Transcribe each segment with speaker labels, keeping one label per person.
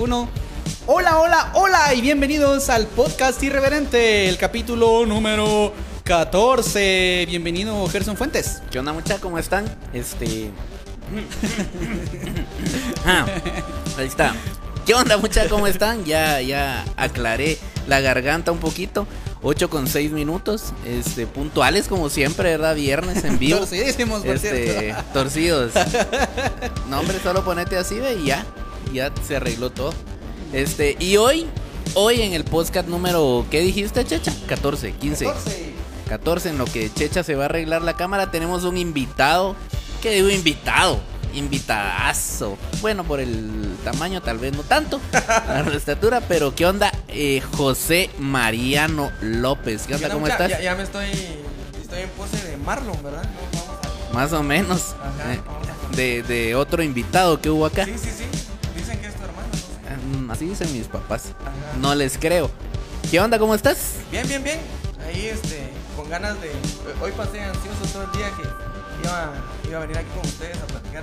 Speaker 1: 1. Hola, hola, hola y bienvenidos al podcast irreverente, el capítulo número 14. Bienvenido Gerson Fuentes.
Speaker 2: ¿Qué onda mucha? ¿Cómo están? Este... Ah, ahí está. ¿Qué onda mucha? ¿Cómo están? Ya, ya aclaré la garganta un poquito. 8 con 6 minutos, este, puntuales como siempre, ¿verdad? Viernes en vivo.
Speaker 1: Torcidísimos, por
Speaker 2: Este,
Speaker 1: cierto.
Speaker 2: torcidos. No, hombre, solo ponete así, ve, y ya. Ya se arregló todo. Este, y hoy, hoy en el podcast número, ¿qué dijiste, Checha? 14, 15. 14, en lo que Checha se va a arreglar la cámara, tenemos un invitado. ¿Qué digo invitado? Invitadazo. Bueno, por el tamaño tal vez no tanto, la estatura, pero ¿qué onda? Eh, José Mariano López. ¿Qué onda?
Speaker 3: Ya,
Speaker 2: ¿Cómo
Speaker 3: ya-
Speaker 2: estás?
Speaker 3: Ya, ya me estoy. Estoy en pose de Marlon, ¿verdad? No, vamos a-
Speaker 2: Más o menos.
Speaker 3: Ajá,
Speaker 2: eh,
Speaker 3: vamos a-
Speaker 2: de, de otro invitado que hubo acá.
Speaker 3: Sí, sí, sí. Dicen que es tu hermano. no sé.
Speaker 2: Mm, Así dicen mis papás.
Speaker 3: Ajá.
Speaker 2: No les creo. ¿Qué onda? ¿Cómo estás?
Speaker 3: Bien, bien, bien. Ahí, este, con ganas de. Hoy pasé ansioso todo el día que iba, iba a venir aquí con ustedes a platicar.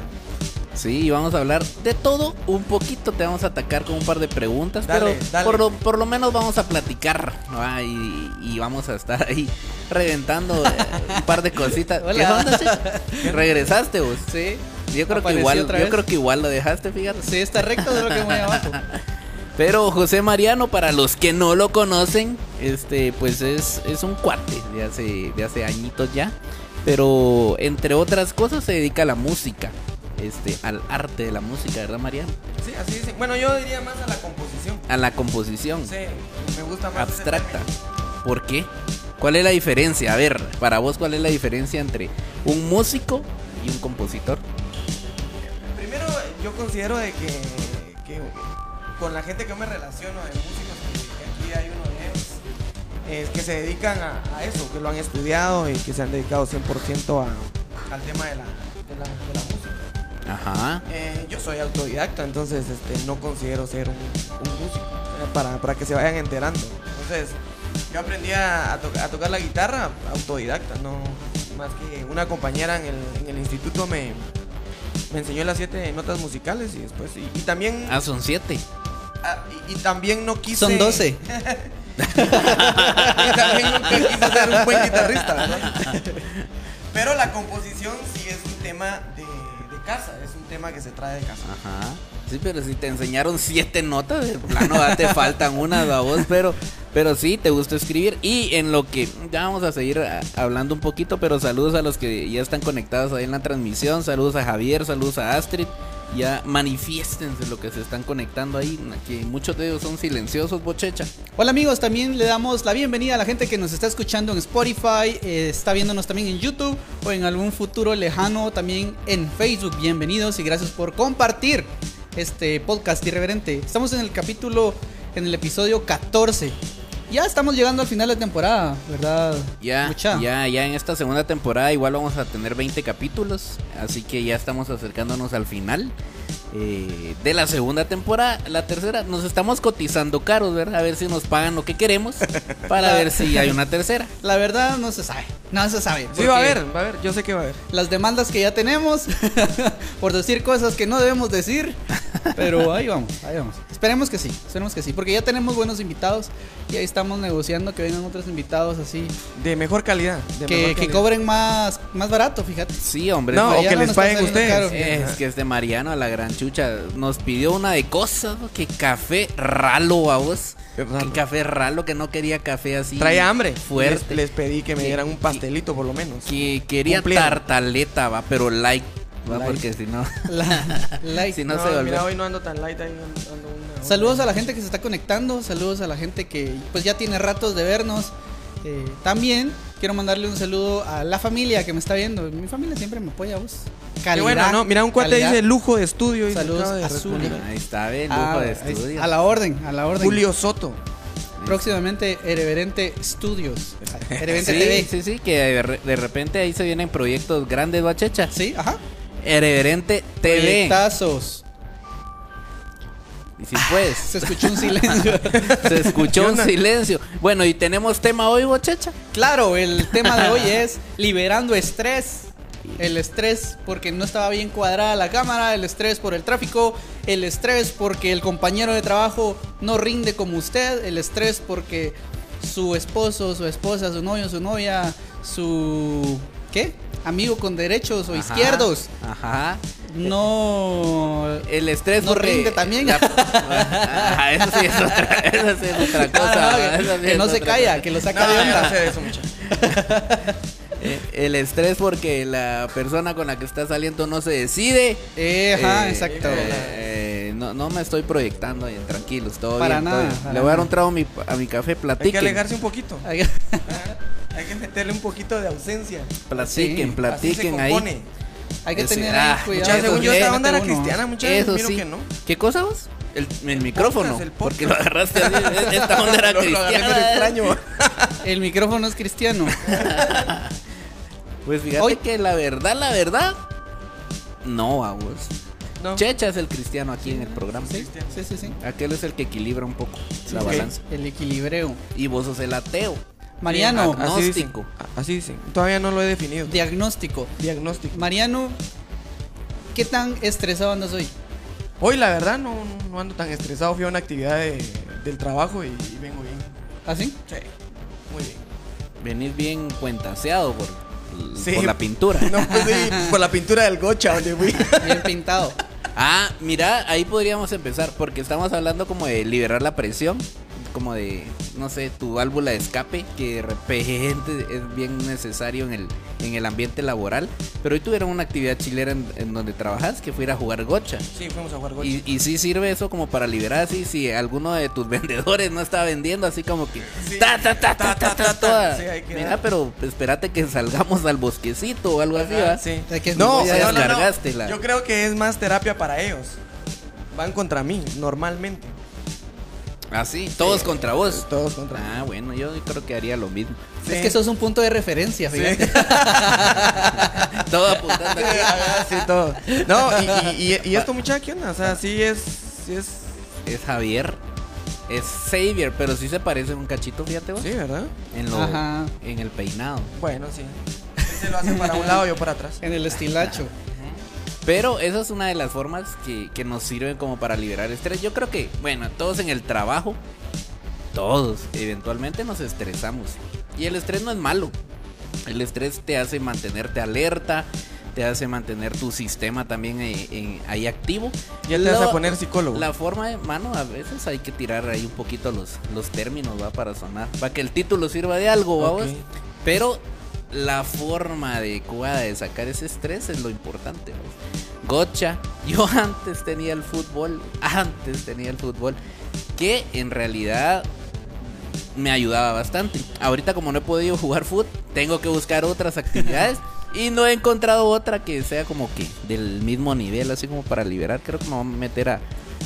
Speaker 2: Sí, vamos a hablar de todo un poquito. Te vamos a atacar con un par de preguntas,
Speaker 3: Dale,
Speaker 2: pero
Speaker 3: dale.
Speaker 2: Por, lo, por lo menos vamos a platicar ¿va? y, y vamos a estar ahí reventando eh, un par de cositas.
Speaker 1: Hola.
Speaker 2: ¿Qué onda, Checho? ¿Regresaste vos?
Speaker 1: Sí,
Speaker 2: Yo creo que
Speaker 1: Aparecí
Speaker 2: igual,
Speaker 1: otra
Speaker 2: yo
Speaker 1: vez.
Speaker 2: creo que igual lo dejaste, fíjate.
Speaker 1: sí, está recto de lo que voy abajo.
Speaker 2: Pero José Mariano, para los que no lo conocen, este, pues es, es un cuate de hace, de hace añitos ya. Pero entre otras cosas se dedica a la música, este, al arte de la música, ¿verdad Mariano?
Speaker 3: Sí, así dicen. Bueno, yo diría más a la composición.
Speaker 2: A la composición
Speaker 3: Sí, me gusta más. ese
Speaker 2: abstracta. ¿Por qué? ¿Cuál es la diferencia? A ver, para vos, ¿cuál es la diferencia entre un músico y un compositor?
Speaker 3: término. Primero, yo considero de que, que con la gente que me relaciono de músicos, que que aquí hay uno de ellos, es que se dedican a, a eso, que lo han estudiado y que se han dedicado 100% a- al tema de la, de la- de la música.
Speaker 2: Ajá.
Speaker 3: Eh, yo soy autodidacta, entonces este, no considero ser un, un músico, eh, para, para que se vayan enterando. Entonces, yo aprendí a, a to- a tocar la guitarra autodidacta, no más que una compañera en el, en el instituto me, me enseñó las siete notas musicales y después, y, y también,
Speaker 2: Ah, son siete.
Speaker 3: ah, y, y también no quise...
Speaker 1: Son 12.
Speaker 3: Y también nunca quise ser un buen guitarrista, ¿verdad? Pero la composición sí es un tema de, de casa, es un tema que se trae de casa.
Speaker 2: Ajá. Sí, pero si te enseñaron siete notas, de plano ya te faltan unas a vos, pero, pero sí, te gusta escribir. Y en lo que ya vamos a seguir a- hablando un poquito, pero saludos a los que ya están conectados ahí en la transmisión. Saludos a Javier, saludos a Astrid. Ya manifiéstense lo que se están conectando ahí. Aquí muchos de ellos son silenciosos, bochecha.
Speaker 1: Hola amigos, también le damos la bienvenida a la gente que nos está escuchando en Spotify, eh, está viéndonos también en YouTube o en algún futuro lejano también en Facebook. Bienvenidos y gracias por compartir este podcast irreverente. Estamos en el capítulo, en el episodio 14. Ya estamos llegando al final de temporada, ¿verdad?
Speaker 2: Ya,
Speaker 1: Mucha.
Speaker 2: ya, ya en esta segunda temporada igual vamos a tener 20 capítulos, así que ya estamos acercándonos al final eh, de la segunda temporada. La tercera, nos estamos cotizando caros, ¿verdad? A ver si nos pagan lo que queremos para ver si hay una tercera.
Speaker 1: La verdad no se sabe, no se sabe.
Speaker 3: Sí, va a
Speaker 1: porque
Speaker 3: haber, va a haber, yo sé que va a haber.
Speaker 1: Las demandas que ya tenemos por decir cosas que no debemos decir. Pero ahí vamos, ahí vamos. Esperemos que sí, esperemos que sí. Porque ya tenemos buenos invitados y ahí estamos negociando que vengan otros invitados así.
Speaker 3: De mejor calidad. De
Speaker 1: Que,
Speaker 3: mejor
Speaker 1: que
Speaker 3: calidad.
Speaker 1: cobren más, más barato, fíjate.
Speaker 2: Sí, hombre.
Speaker 3: No,
Speaker 2: es
Speaker 3: o que
Speaker 1: Mariano
Speaker 3: les
Speaker 1: nos
Speaker 3: paguen
Speaker 1: está saliendo
Speaker 3: ustedes.
Speaker 1: caro.
Speaker 2: Es que este Mariano a la gran chucha nos pidió una de cosas, ¿no? que café ralo a vos.
Speaker 3: Qué raro.
Speaker 2: Que café ralo, que no quería café así.
Speaker 3: Trae hambre.
Speaker 2: Fuerte.
Speaker 3: Les, les pedí que me
Speaker 2: Sí,
Speaker 3: dieran un
Speaker 2: sí.
Speaker 3: pastelito por lo menos.
Speaker 2: Que quería
Speaker 3: Cumplieron.
Speaker 2: tartaleta, va, pero light. Va,
Speaker 3: Light.
Speaker 2: porque si no.
Speaker 1: La- like.
Speaker 2: Si no, se volvió.
Speaker 3: mira, hoy no ando tan light, ahí ando- ando una-
Speaker 1: Saludos a la gente que se está conectando, saludos a la gente que pues ya tiene ratos de vernos. Eh, también quiero mandarle un saludo a la familia que me está viendo. Mi familia siempre me apoya vos.
Speaker 3: Qué bueno, ¿no? Mira, un cuate
Speaker 1: calidad.
Speaker 3: dice lujo de estudio. dice,
Speaker 1: Saludos
Speaker 3: acaba de
Speaker 1: a Zuli.
Speaker 3: responder.
Speaker 2: Ahí está, ve, el lujo
Speaker 1: Ah,
Speaker 2: de
Speaker 1: ahí está.
Speaker 2: estudio.
Speaker 1: A la orden, a la orden.
Speaker 3: Julio Soto.
Speaker 1: Próximamente Ereverente Studios.
Speaker 2: Sí,
Speaker 1: Ereverente TV.
Speaker 2: sí, sí, que de, re- de repente ahí se vienen proyectos grandes, bachecha.
Speaker 1: Sí, ajá.
Speaker 2: Irreverente TV.
Speaker 1: Proyectazos.
Speaker 2: Y si puedes.
Speaker 1: Se escuchó un silencio.
Speaker 2: se
Speaker 3: ¿Qué
Speaker 2: escuchó un
Speaker 3: onda?
Speaker 2: silencio. Bueno, y tenemos tema hoy, bochecha.
Speaker 1: claro, el tema de hoy es liberando estrés. el estrés porque no estaba bien cuadrada la cámara, el estrés por el tráfico, el estrés porque el compañero de trabajo no rinde como usted, el estrés porque su esposo, su esposa, su novio, su novia, su... ¿Qué? Amigo con derechos o
Speaker 2: Ajá, Eh.
Speaker 1: izquierdos.
Speaker 2: Ajá.
Speaker 1: No...
Speaker 2: El estrés
Speaker 1: No
Speaker 2: porque-
Speaker 1: rinde también.
Speaker 2: La- Ajá, eso sí es otra, eso sí es otra cosa.
Speaker 1: Ah,
Speaker 2: eso
Speaker 1: no,
Speaker 2: sí
Speaker 1: que
Speaker 2: es
Speaker 1: no se
Speaker 2: otra
Speaker 1: calla, que lo saca
Speaker 3: No,
Speaker 1: de
Speaker 3: yo no
Speaker 1: onda.
Speaker 3: sé de eso, muchacho.
Speaker 2: Eh, El estrés porque la persona con la que está saliendo no se decide.
Speaker 1: Eh, ajá,
Speaker 2: Eh,
Speaker 1: exacto.
Speaker 2: eh, eh, no, no me estoy proyectando, ahí, tranquilos, todo
Speaker 1: Para
Speaker 2: bien,
Speaker 1: nada,
Speaker 2: todo bien.
Speaker 1: para
Speaker 2: Le voy a dar
Speaker 1: nada.
Speaker 2: un trago a mi, a mi café,
Speaker 3: Hay que
Speaker 2: platiquen.
Speaker 3: alegarse un poquito.
Speaker 1: Ay,
Speaker 3: Hay que meterle un poquito de ausencia.
Speaker 2: Platiquen,
Speaker 1: Sí,
Speaker 3: Así se
Speaker 2: platiquen
Speaker 3: compone.
Speaker 2: ahí.
Speaker 1: Hay que
Speaker 2: Ese-
Speaker 1: tener
Speaker 2: ah,
Speaker 1: ahí cuidado.
Speaker 3: Mucha,
Speaker 2: Eso
Speaker 3: según yo,
Speaker 2: sí.
Speaker 3: esta onda era
Speaker 1: Uno.
Speaker 3: cristiana, muchachos.
Speaker 2: Eso
Speaker 3: miro
Speaker 2: sí.
Speaker 3: que no.
Speaker 2: ¿Qué cosa vos? El, el micrófono.
Speaker 3: podcast, el podcast.
Speaker 2: porque lo agarraste así. Esta onda era
Speaker 3: Lo- lo agarré
Speaker 2: cristiana.
Speaker 3: medio extraño.
Speaker 1: El micrófono es cristiano.
Speaker 2: Pues fíjate
Speaker 1: Hoy-
Speaker 2: que la verdad, la verdad. No, a vos.
Speaker 3: No.
Speaker 2: Checha es el cristiano aquí en el programa.
Speaker 1: Sí, sí, sí. sí.
Speaker 2: Aquel es el que equilibra un poco la
Speaker 3: ok.
Speaker 2: balanza.
Speaker 1: El equilibreo.
Speaker 2: Y vos sos el ateo.
Speaker 1: Mariano,
Speaker 2: Bien,
Speaker 3: Así dicen.
Speaker 2: Agnóstico.
Speaker 3: Así dicen. Todavía no lo he definido.
Speaker 1: diagnóstico.
Speaker 3: Diagnóstico.
Speaker 1: Mariano, ¿qué tan estresado andas hoy?
Speaker 3: Hoy, la verdad, no, no ando tan estresado. Fui a una actividad de- del trabajo y, y vengo bien.
Speaker 1: ¿Así?
Speaker 3: Sí. Muy bien.
Speaker 2: Venís bien cuentaseado por,
Speaker 3: Sí.
Speaker 2: por la pintura.
Speaker 3: No, pues sí, por la pintura del gocha donde fui.
Speaker 1: Bien pintado.
Speaker 2: Ah, mira, ahí podríamos empezar, porque estamos hablando como de liberar la presión, como de, no sé, tu válvula de escape, que de repente es bien necesario en el, en el ambiente laboral. Pero hoy tuvieron una actividad chilera en, en donde trabajas, que fue ir a jugar gocha.
Speaker 3: Sí, fuimos a jugar gocha.
Speaker 2: Y, y sí sirve eso como para liberar así si alguno de tus vendedores no está vendiendo así como que
Speaker 3: Sí.
Speaker 2: ta ta ta ta
Speaker 3: Ta,
Speaker 2: ta
Speaker 3: ta,
Speaker 2: ta
Speaker 3: ta.
Speaker 2: toda.
Speaker 3: Sí, hay que
Speaker 2: Mira,
Speaker 3: dar.
Speaker 2: pero espérate que salgamos al bosquecito o algo así, ¿va?
Speaker 3: Ah, Sí.
Speaker 1: O sea, que es
Speaker 3: no,
Speaker 1: muy- ya
Speaker 3: no, no, no.
Speaker 2: descargaste la-
Speaker 3: Yo creo que es más terapia para ellos. Van contra mí, normalmente.
Speaker 2: Así, todos contra vos.
Speaker 3: Todos contra mí.
Speaker 2: Ah, bueno, yo creo que haría lo mismo.
Speaker 3: Sí.
Speaker 1: Es que sos un punto de referencia,
Speaker 3: Sí.
Speaker 1: fíjate.
Speaker 2: Todo apuntando aquí.
Speaker 3: Ah, Sí, todo. No, y, y- y- y esto, muchacha, ¿qué onda? O sea, sí es. Sí, es,
Speaker 2: Es Javier. Es Xavier, pero sí se parece un cachito, fíjate vos.
Speaker 3: sí ¿verdad?
Speaker 2: En, lo,
Speaker 1: Ajá.
Speaker 2: en el peinado.
Speaker 3: Bueno, sí. Él se lo hace para un lado, yo para atrás.
Speaker 1: En el estilacho.
Speaker 2: Pero esa es una de las formas que, que nos sirven como para liberar estrés. Yo creo que, bueno, todos en el trabajo, todos, eventualmente nos estresamos. Y el estrés no es malo. El estrés te hace mantenerte alerta, te hace mantener tu sistema también eh, en- ahí activo.
Speaker 3: Ya te vas
Speaker 2: Lo-
Speaker 3: a poner psicólogo.
Speaker 2: La forma de mano, a veces hay que tirar ahí un poquito los, los términos, va, para sonar. Para que el título sirva de algo, vamos.
Speaker 3: Ok.
Speaker 2: Pero la forma adecuada de sacar ese estrés es lo importante, ¿vamos? Gocha, yo antes tenía el fútbol, antes tenía el fútbol, que en realidad me ayudaba bastante. Ahorita como no he podido jugar fútbol, tengo que buscar otras actividades. Y no he encontrado otra que sea como que del mismo nivel, así como para liberar. Creo que me voy a meter a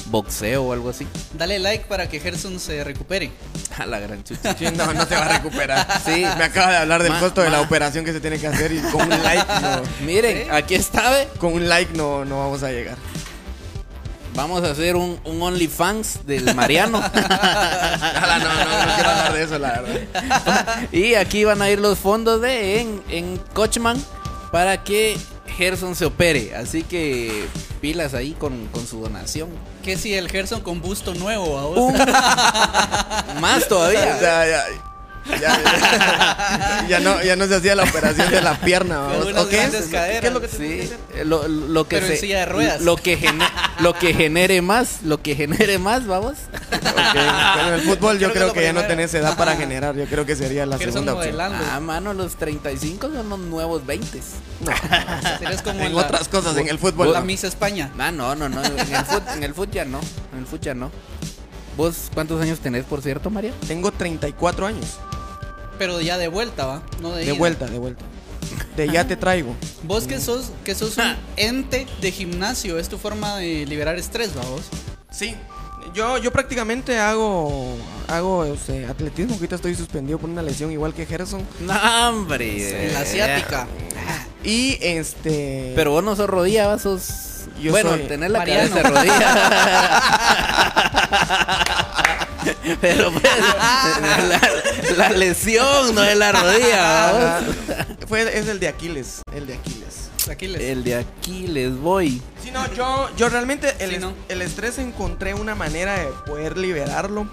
Speaker 2: boxeo o algo así.
Speaker 1: Dale like para que Gerson se recupere.
Speaker 2: A la gran chucha.
Speaker 3: Sí, no, no se va a recuperar.
Speaker 2: Sí.
Speaker 3: Me acaba de hablar del
Speaker 2: Ma-
Speaker 3: costo de la
Speaker 2: ma-
Speaker 3: operación que se tiene que hacer y con un like no,
Speaker 2: Miren, aquí está, ve.
Speaker 3: con un like no, no vamos a llegar.
Speaker 2: Vamos a hacer un, un OnlyFans del Mariano.
Speaker 3: Ala, no, no, no quiero hablar de eso, la verdad.
Speaker 2: y aquí van a ir los fondos de en, en Coachman para que Gerson se opere. Así que pilas ahí con, con su donación.
Speaker 1: Que si el Gerson con busto nuevo, ¿a vos?
Speaker 2: Un-
Speaker 3: Uh,
Speaker 2: Más todavía.
Speaker 3: O sea, ya, ya, ya- ya no, ya no se hacía la operación de la pierna. vamos.
Speaker 1: unas
Speaker 3: ¿O qué, es?
Speaker 1: grandes
Speaker 3: ¿Qué es lo que
Speaker 1: caderas.
Speaker 2: Sí, lo, lo que
Speaker 1: Pero en
Speaker 2: se-
Speaker 1: silla de ruedas.
Speaker 2: Lo que, gene- lo que genere más, lo que genere más, vamos.
Speaker 3: Ok, pero en el fútbol
Speaker 1: Creo
Speaker 3: yo
Speaker 1: que
Speaker 3: creo
Speaker 1: lo
Speaker 3: que, ya no
Speaker 1: primero.
Speaker 3: tenés edad para generar. Yo creo que sería la
Speaker 1: Gerson
Speaker 3: segunda opción.
Speaker 1: modelando.
Speaker 2: Ah, mano, los 35 son los nuevos 20.
Speaker 1: Serías como
Speaker 3: En
Speaker 1: la,
Speaker 3: otras cosas, en el fútbol.
Speaker 1: la
Speaker 3: no.
Speaker 1: Miss España.
Speaker 2: Ah, no, no, no. En el fut, en el fut ya no. En el fut ya no. ¿Vos cuántos años tenés, por cierto, María?
Speaker 3: Tengo 34 años.
Speaker 1: Pero ya de vuelta, ¿va? No de,
Speaker 3: De
Speaker 1: ida.
Speaker 3: vuelta, de vuelta. De ya te traigo.
Speaker 1: Vos que sos, que sos un ente de gimnasio, es tu forma de liberar estrés, ¿va vos?
Speaker 3: Sí, yo, yo prácticamente hago, hago o sea, atletismo. Ahorita estoy suspendido por una lesión igual que Gerson.
Speaker 2: No, hombre.
Speaker 1: En la asiática.
Speaker 3: Y este.
Speaker 2: Pero vos no sos rodilla, vas sos.
Speaker 3: Yo
Speaker 2: bueno,
Speaker 3: soy
Speaker 2: tenés la
Speaker 1: Mariano.
Speaker 2: cabeza de rodilla. Pero pues, la, la lesión no es la rodilla.
Speaker 3: Ah,
Speaker 2: vos.
Speaker 3: fue, es el de Aquiles. El de Aquiles.
Speaker 1: Aquiles.
Speaker 2: El de Aquiles, voy.
Speaker 3: Sí, no, yo, yo realmente el,
Speaker 1: Sí,
Speaker 3: es-
Speaker 1: no.
Speaker 3: el estrés encontré una manera de poder liberarlo.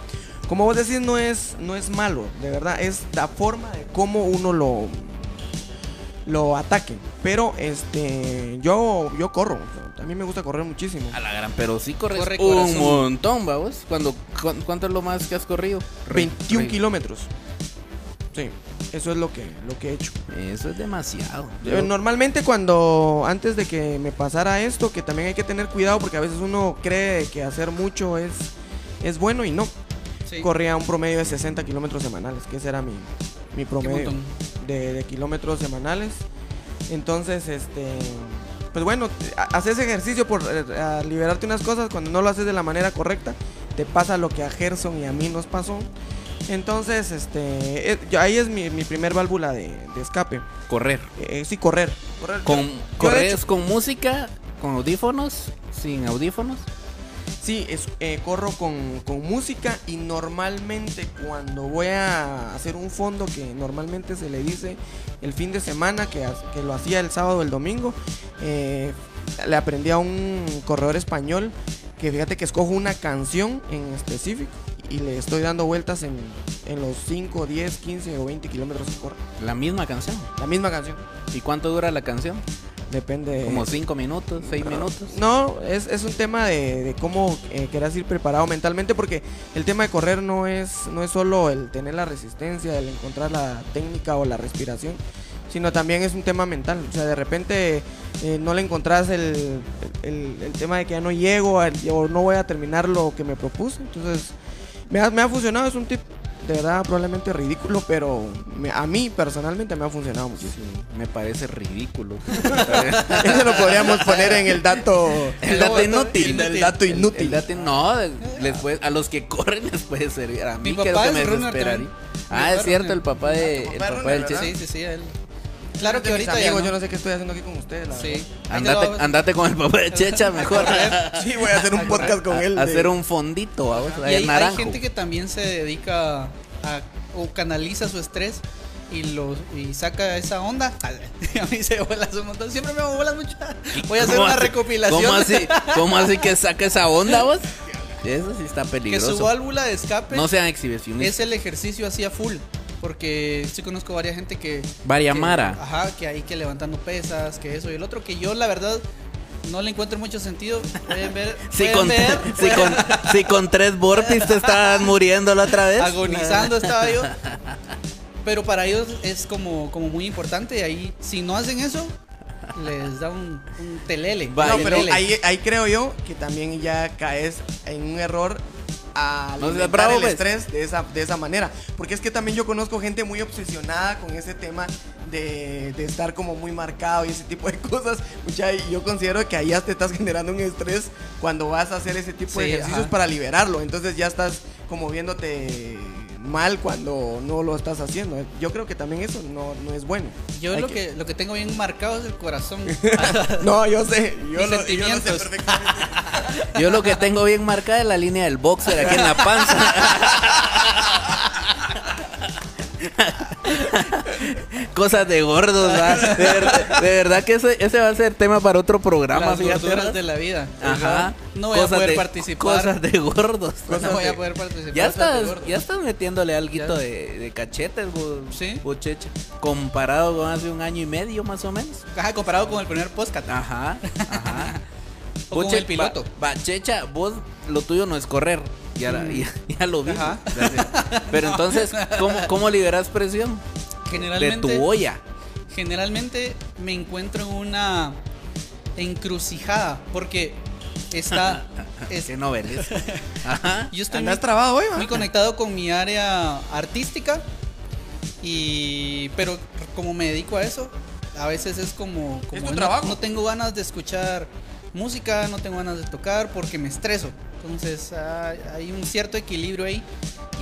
Speaker 3: Como vos decís, no es, no es malo, de verdad, es la forma de cómo uno lo, lo ataque. Pero este yo, yo corro, o sea, a mí me gusta correr muchísimo.
Speaker 2: A la gran, pero sí corres
Speaker 1: Corre,
Speaker 2: un
Speaker 1: corazón.
Speaker 2: montón, vamos. Cuando, cu- ¿Cuánto es lo más que has corrido? Re-
Speaker 3: 21
Speaker 2: re-
Speaker 3: kilómetros. Sí, eso es lo que, lo que he hecho.
Speaker 2: Eso es demasiado.
Speaker 3: Eh, Normalmente cuando antes de que me pasara esto, que también hay que tener cuidado porque a veces uno cree que hacer mucho es, es bueno y no.
Speaker 1: Sí.
Speaker 3: Corría un promedio de 60 kilómetros semanales, que ese era mi, mi promedio
Speaker 1: montón.
Speaker 3: de, de kilómetros semanales. Entonces, este, pues bueno, te- ha- haces ejercicio por eh, a liberarte unas cosas, cuando no lo haces de la manera correcta, te pasa lo que a Gerson y a mí nos pasó. Entonces, este, eh, yo- ahí es mi, mi primer válvula de, de escape.
Speaker 2: Correr.
Speaker 3: Eh, sí, correr. correr.
Speaker 2: Con,
Speaker 3: de
Speaker 2: corres
Speaker 3: hecho-
Speaker 2: con música, con audífonos, sin audífonos.
Speaker 3: Sí, es, eh, corro con, con música y normalmente cuando voy a hacer un fondo que normalmente se le dice el fin de semana, que, ha- que lo hacía el sábado o el domingo, eh, le aprendí a un corredor español que fíjate que escojo una canción en específico y le estoy dando vueltas en, en los 5, 10, 15 o 20 kilómetros que corre.
Speaker 2: La misma canción.
Speaker 3: La misma canción.
Speaker 2: ¿Y cuánto dura la canción?
Speaker 3: Depende.
Speaker 2: Como cinco minutos, seis minutos.
Speaker 3: No, es, es un tema de, de cómo eh, querás ir preparado mentalmente, porque el tema de correr no es, no es solo el tener la resistencia, el encontrar la técnica o la respiración, sino también es un tema mental. O sea, de repente eh, no le encontrás el, el- el tema de que ya no llego el- o no voy a terminar lo que me propuse. Entonces, me ha, me ha funcionado, es un tip de verdad probablemente ridículo, pero me- a mí personalmente me ha funcionado muchísimo.
Speaker 2: Me parece ridículo.
Speaker 3: Eso lo podríamos poner en el dato,
Speaker 2: El dato inútil.
Speaker 3: El dato inútil.
Speaker 2: El dato- no, les puede- a los que corren les puede servir. A mí
Speaker 1: Mi
Speaker 2: creo
Speaker 1: papá
Speaker 2: que
Speaker 1: es
Speaker 2: me
Speaker 1: runner
Speaker 2: desesperaría.
Speaker 1: también.
Speaker 2: Ah,
Speaker 1: Mi
Speaker 2: es
Speaker 1: papá
Speaker 2: cierto,
Speaker 1: runner.
Speaker 2: el papá de
Speaker 3: Ah, tu
Speaker 2: el
Speaker 3: papá es
Speaker 2: papá del
Speaker 3: runner,
Speaker 2: Che.
Speaker 3: ¿verdad?
Speaker 1: Sí, sí, sí. él- Claro que
Speaker 3: de mis
Speaker 1: ahorita ya
Speaker 3: amigos,
Speaker 1: no.
Speaker 3: yo no sé qué estoy haciendo aquí con ustedes. la
Speaker 1: Sí.
Speaker 3: verdad.
Speaker 1: Ahí te
Speaker 2: Andate,
Speaker 1: lo-
Speaker 2: andate con el papá de Checha mejor.
Speaker 3: Sí, voy a hacer un podcast con él.
Speaker 2: A-
Speaker 3: de-
Speaker 2: hacer un fondito, vamos,
Speaker 1: Y hay,
Speaker 2: ahí
Speaker 1: hay
Speaker 2: naranjo.
Speaker 1: gente que también se dedica a, o canaliza su estrés y lo y saca esa onda. A mí se bolas un montón. Siempre me hago bolas mucho. Voy a hacer
Speaker 2: ¿Cómo
Speaker 1: una
Speaker 2: así-
Speaker 1: recopilación.
Speaker 2: ¿Cómo así, cómo así que saca esa onda vos? Eso sí está
Speaker 1: que su
Speaker 2: peligroso.
Speaker 1: válvula de escape
Speaker 2: No sean exhibicionistas.
Speaker 1: es el ejercicio así a full. Porque sí conozco varias gente que.
Speaker 2: Varia
Speaker 1: que-
Speaker 2: Mara.
Speaker 1: Ajá, que hay que levantando pesas, que eso y el otro. Que yo, la verdad, no le encuentro mucho sentido. Pueden ver.
Speaker 2: Si
Speaker 1: pueden
Speaker 2: con,
Speaker 1: ver,
Speaker 2: si,
Speaker 1: pueden-
Speaker 2: con, si con tres burpees te estabas muriendo la otra vez.
Speaker 1: agonizando estaba yo. Pero para ellos es como, como muy importante. Y ahí, si no hacen eso, les da un, un telele.
Speaker 2: Vaya.
Speaker 3: No,
Speaker 1: un
Speaker 3: pero
Speaker 1: telele.
Speaker 3: ahí, ahí creo yo que también ya caes en un error al
Speaker 2: No seas
Speaker 3: alimentar
Speaker 2: bravo,
Speaker 3: el
Speaker 2: pues.
Speaker 3: estrés de esa, de esa manera. Porque es que también yo conozco gente muy obsesionada con ese tema de, de estar como muy marcado y ese tipo de cosas. Mucha, y yo considero que ahí ya te estás generando un estrés cuando vas a hacer ese tipo de
Speaker 1: Sí,
Speaker 3: ejercicios
Speaker 1: ajá.
Speaker 3: para liberarlo. Entonces ya estás como viéndote mal cuando no lo estás haciendo. Yo creo que también eso no, no es bueno.
Speaker 1: Yo
Speaker 3: Hay
Speaker 1: lo
Speaker 3: que-
Speaker 1: que, lo que tengo bien marcado es el corazón.
Speaker 3: No, yo sé. Yo,
Speaker 1: Mis
Speaker 3: lo, yo lo sé
Speaker 1: sentimientos.
Speaker 3: perfectamente.
Speaker 2: Yo lo que tengo bien marcada es la línea del boxer aquí en la panza. Cosas de gordos, ¿va? De, ver- de verdad que ese, ese va a ser tema para otro programa.
Speaker 1: Las
Speaker 2: fíjate,
Speaker 1: gorduras
Speaker 2: ¿verdad?
Speaker 1: de la vida.
Speaker 2: Ajá.
Speaker 1: No voy a
Speaker 2: Cosas
Speaker 1: poder
Speaker 2: de-
Speaker 1: participar.
Speaker 2: Cosas de gordos.
Speaker 1: no voy
Speaker 3: de-
Speaker 1: a poder participar.
Speaker 2: Ya
Speaker 1: Cosas de
Speaker 2: estás,
Speaker 1: gordo.
Speaker 2: ya estás metiéndole algo
Speaker 1: Ya.
Speaker 2: de, de cachetes, bo-
Speaker 1: Sí.
Speaker 2: bochecha. Comparado con hace un año y medio más o menos.
Speaker 1: Ajá, comparado con el primer podcast.
Speaker 2: Ajá, ajá.
Speaker 1: O con el piloto.
Speaker 2: ba- bachecha, vos lo tuyo no es correr. Ya, la- ya, ya lo vi.
Speaker 1: Ajá.
Speaker 2: Gracias. Pero entonces, ¿cómo, cómo liberas presión? De
Speaker 1: Generalmente.
Speaker 2: tu olla.
Speaker 1: generalmente me encuentro en una encrucijada porque está es-
Speaker 2: Qué noveles. Ajá.
Speaker 1: yo estoy muy,
Speaker 3: Andás trabado hoy,
Speaker 1: muy
Speaker 3: man.
Speaker 1: conectado con mi área artística y pero como me dedico a eso a veces es como, como
Speaker 3: tu
Speaker 1: no-
Speaker 3: trabajo.
Speaker 1: no tengo ganas de escuchar música no tengo ganas de tocar porque me estreso entonces ah, hay un cierto equilibrio ahí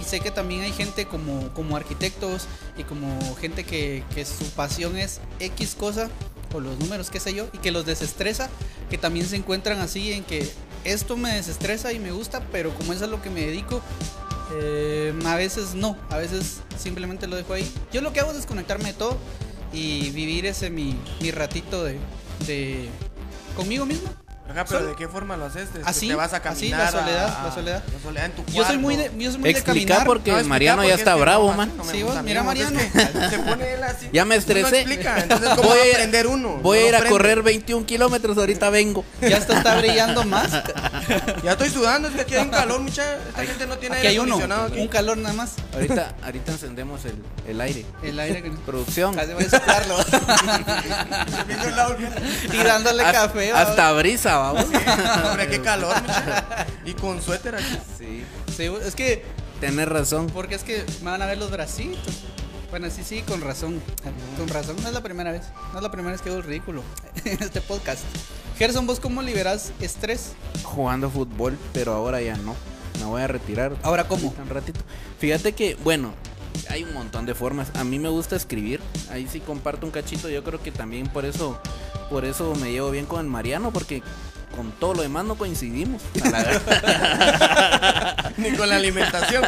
Speaker 1: y sé que también hay gente como, como arquitectos y como gente que, que su pasión es X cosa o los números, qué sé yo, y que los desestresa, que también se encuentran así en que esto me desestresa y me gusta, pero como eso es a lo que me dedico, eh, a veces no, a veces simplemente lo dejo ahí. Yo lo que hago es desconectarme de todo y vivir ese mi, mi ratito de, de conmigo mismo.
Speaker 3: Ajá, pero
Speaker 1: Solo-
Speaker 3: ¿de qué forma lo haces? ¿Te-
Speaker 1: Así,
Speaker 3: te vas a
Speaker 1: así,
Speaker 3: caminar.
Speaker 1: la
Speaker 3: a-
Speaker 1: soledad,
Speaker 3: a-
Speaker 1: la soledad.
Speaker 3: La soledad en tu cuarto.
Speaker 1: Yo soy muy de, yo soy muy de
Speaker 2: Explica
Speaker 1: caminar.
Speaker 2: porque
Speaker 3: No, explica
Speaker 2: Mariano
Speaker 3: porque
Speaker 2: ya
Speaker 3: es
Speaker 2: está
Speaker 3: que
Speaker 2: bravo,
Speaker 3: no, este
Speaker 2: man.
Speaker 3: no me
Speaker 1: Sí,
Speaker 3: gusta
Speaker 1: vos,
Speaker 3: a mí,
Speaker 1: mira,
Speaker 3: vos, es
Speaker 1: Mariano.
Speaker 3: que Se pone él así.
Speaker 2: Ya me
Speaker 3: Tú no
Speaker 2: estresé.
Speaker 3: explica, entonces ¿cómo va a aprender uno?
Speaker 2: Voy
Speaker 3: No
Speaker 2: a ir a
Speaker 3: aprende.
Speaker 2: correr 21 kilómetros, ahorita vengo.
Speaker 1: Ya hasta está brillando más.
Speaker 3: Ya estoy sudando, es que aquí hay un calor, mucha. Esta gente no tiene
Speaker 1: Aquí hay
Speaker 3: aire
Speaker 1: uno.
Speaker 3: acondicionado aquí.
Speaker 1: Un calor nada más.
Speaker 2: Ahorita, ahorita encendemos el, el aire.
Speaker 1: El aire que
Speaker 2: Producción.
Speaker 1: Casi voy a soplarlo.
Speaker 3: Se viene el lado, mira.
Speaker 1: y dándole
Speaker 2: Hasta-
Speaker 1: café. va.
Speaker 2: Hasta brisa, vamos.
Speaker 3: Hombre, qué calor, mucha. Y con suéter aquí.
Speaker 2: Sí,
Speaker 1: Sí, es que,
Speaker 2: tenés razón.
Speaker 1: porque es que me van a ver los bracitos. Bueno, sí, sí, con razón. Con razón, no es la primera vez. No es la primera vez que hago el ridículo en este podcast. Gerson, ¿vos cómo liberás estrés?
Speaker 2: Jugando fútbol, pero ahora ya no. Me voy a retirar.
Speaker 1: Ahora, ¿cómo?
Speaker 2: Un ratito. Fíjate que, bueno, hay un montón de formas. A mí me gusta escribir. Ahí sí comparto un cachito. Yo creo que también por eso, por eso me llevo bien con el Mariano, porque con todo lo demás no coincidimos. a la verdad.
Speaker 3: Ni con la alimentación.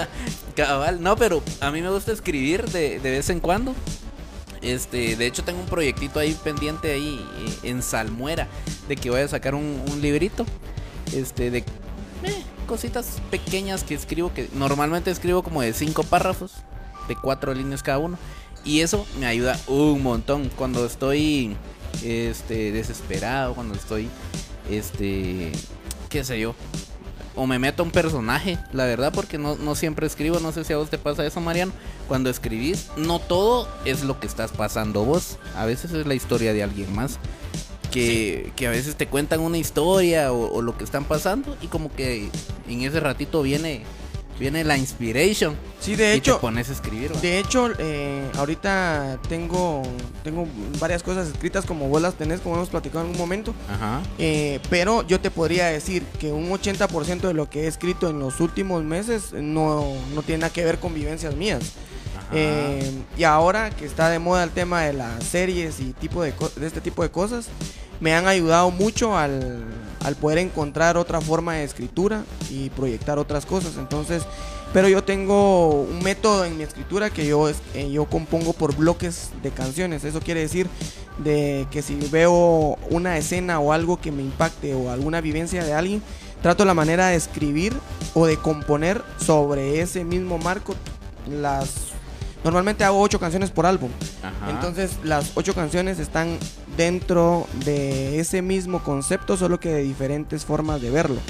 Speaker 2: Cabal, no, pero a mí me gusta escribir de, de vez en cuando. Este, de hecho tengo un proyectito ahí pendiente ahí eh, en Salmuera de que voy a sacar un, un librito este de eh, cositas pequeñas que escribo que normalmente escribo como de cinco párrafos de cuatro líneas cada uno y eso me ayuda un montón cuando estoy este desesperado cuando estoy este qué sé yo o me meto a un personaje, la verdad, porque no, no siempre escribo, no sé si a vos te pasa eso, Mariano. Cuando escribís, no todo es lo que estás pasando vos, a veces es la historia de alguien más. Que, que a veces te cuentan una historia o, o lo que están pasando y como que en ese ratito viene viene la inspiration
Speaker 3: Sí, de
Speaker 2: y te
Speaker 3: hecho,
Speaker 2: pones a escribir. ¿va?
Speaker 3: De hecho, eh, ahorita tengo, tengo varias cosas escritas como vos las tenés, como hemos platicado en algún momento.
Speaker 2: Ajá.
Speaker 3: Eh, pero yo te podría decir que un 80% de lo que he escrito en los últimos meses no, no tiene nada que ver con vivencias mías.
Speaker 2: ajá.
Speaker 3: Eh, y ahora que está de moda el tema de las series y tipo de, co- de este tipo de cosas, me han ayudado mucho al, al poder encontrar otra forma de escritura y proyectar otras cosas. Entonces, pero yo tengo un método en mi escritura que yo, es- eh, yo compongo por bloques de canciones. Eso quiere decir de que si veo una escena o algo que me impacte o alguna vivencia de alguien, trato la manera de escribir o de componer sobre ese mismo marco las normalmente hago ocho canciones por álbum
Speaker 2: Ajá.
Speaker 3: entonces las ocho canciones están dentro de ese mismo concepto solo que de diferentes formas de verlo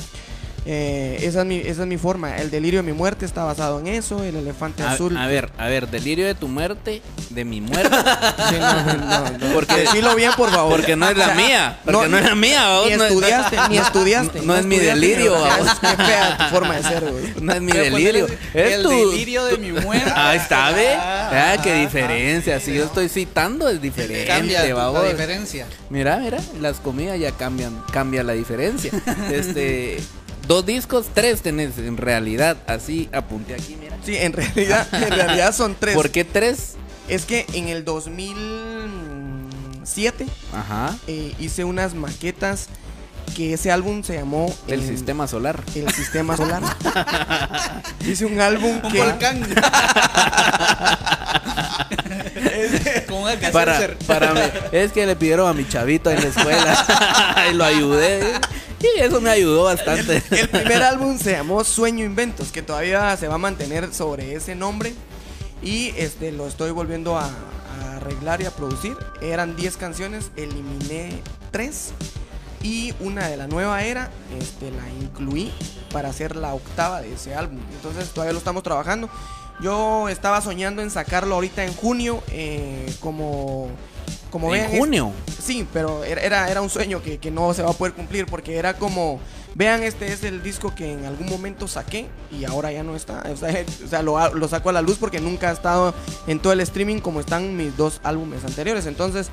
Speaker 3: Eh, esa, es mi, esa es mi forma el delirio de mi muerte está basado en eso el elefante
Speaker 2: a,
Speaker 3: azul
Speaker 2: a ver, a ver, delirio de tu muerte, de mi muerte,
Speaker 3: Sí, no, no, no.
Speaker 2: Porque-
Speaker 3: Decilo bien por favor
Speaker 2: porque no es la mía, porque no,
Speaker 3: no-
Speaker 2: es la mía, ¿va?
Speaker 3: ni
Speaker 2: No es- no-
Speaker 3: estudiaste ni estudiaste
Speaker 2: no es mi
Speaker 3: estudiaste,
Speaker 2: delirio,
Speaker 3: ni-
Speaker 2: vamos.
Speaker 3: qué fea tu forma de ser güey.
Speaker 2: No es mi
Speaker 1: Pero ponele
Speaker 2: delirio. Es
Speaker 1: el
Speaker 2: tu-
Speaker 1: delirio de mi muerte.
Speaker 2: Ahí está, ¿ve?
Speaker 1: Ah,
Speaker 2: Ah, qué
Speaker 1: ah,
Speaker 2: diferencia. Si yo estoy citando es diferente,
Speaker 1: Cambia la
Speaker 2: babos.
Speaker 1: diferencia.
Speaker 2: Mira, mira, las comidas ya cambian, cambia la diferencia. Este, dos discos, tres tenés en realidad, así apunté aquí, mira.
Speaker 3: sí en realidad en realidad son tres
Speaker 2: ¿Por qué tres?
Speaker 3: Es que en el 2007
Speaker 2: Ajá.
Speaker 3: eh, hice unas maquetas que ese álbum se llamó
Speaker 2: Del sistema solar.
Speaker 3: El Sistema Solar. hice un álbum
Speaker 1: Un
Speaker 3: que
Speaker 1: volcán. Con un
Speaker 2: Para,
Speaker 1: alcacéncer.
Speaker 2: para mí. Es que le pidieron a mi chavito en la escuela y lo ayudé. Y eso me ayudó bastante.
Speaker 3: el primer álbum se llamó Sueño Inventos, que todavía se va a mantener sobre ese nombre y este lo estoy volviendo a, a arreglar y a producir. Eran 10 canciones, eliminé 3 y una de la nueva era este, la incluí para hacer la octava de ese álbum. Entonces todavía lo estamos trabajando. Yo estaba soñando en sacarlo ahorita en junio, eh, como, como
Speaker 2: En
Speaker 3: vean, es-
Speaker 2: junio.
Speaker 3: Sí, pero era- era, era un sueño que, que no se va a poder cumplir porque era como, vean, este es el disco que en algún momento saqué y ahora ya no está. O sea, o sea, lo, ha- lo saco a la luz porque nunca ha estado en todo el streaming como están mis dos álbumes anteriores. Entonces,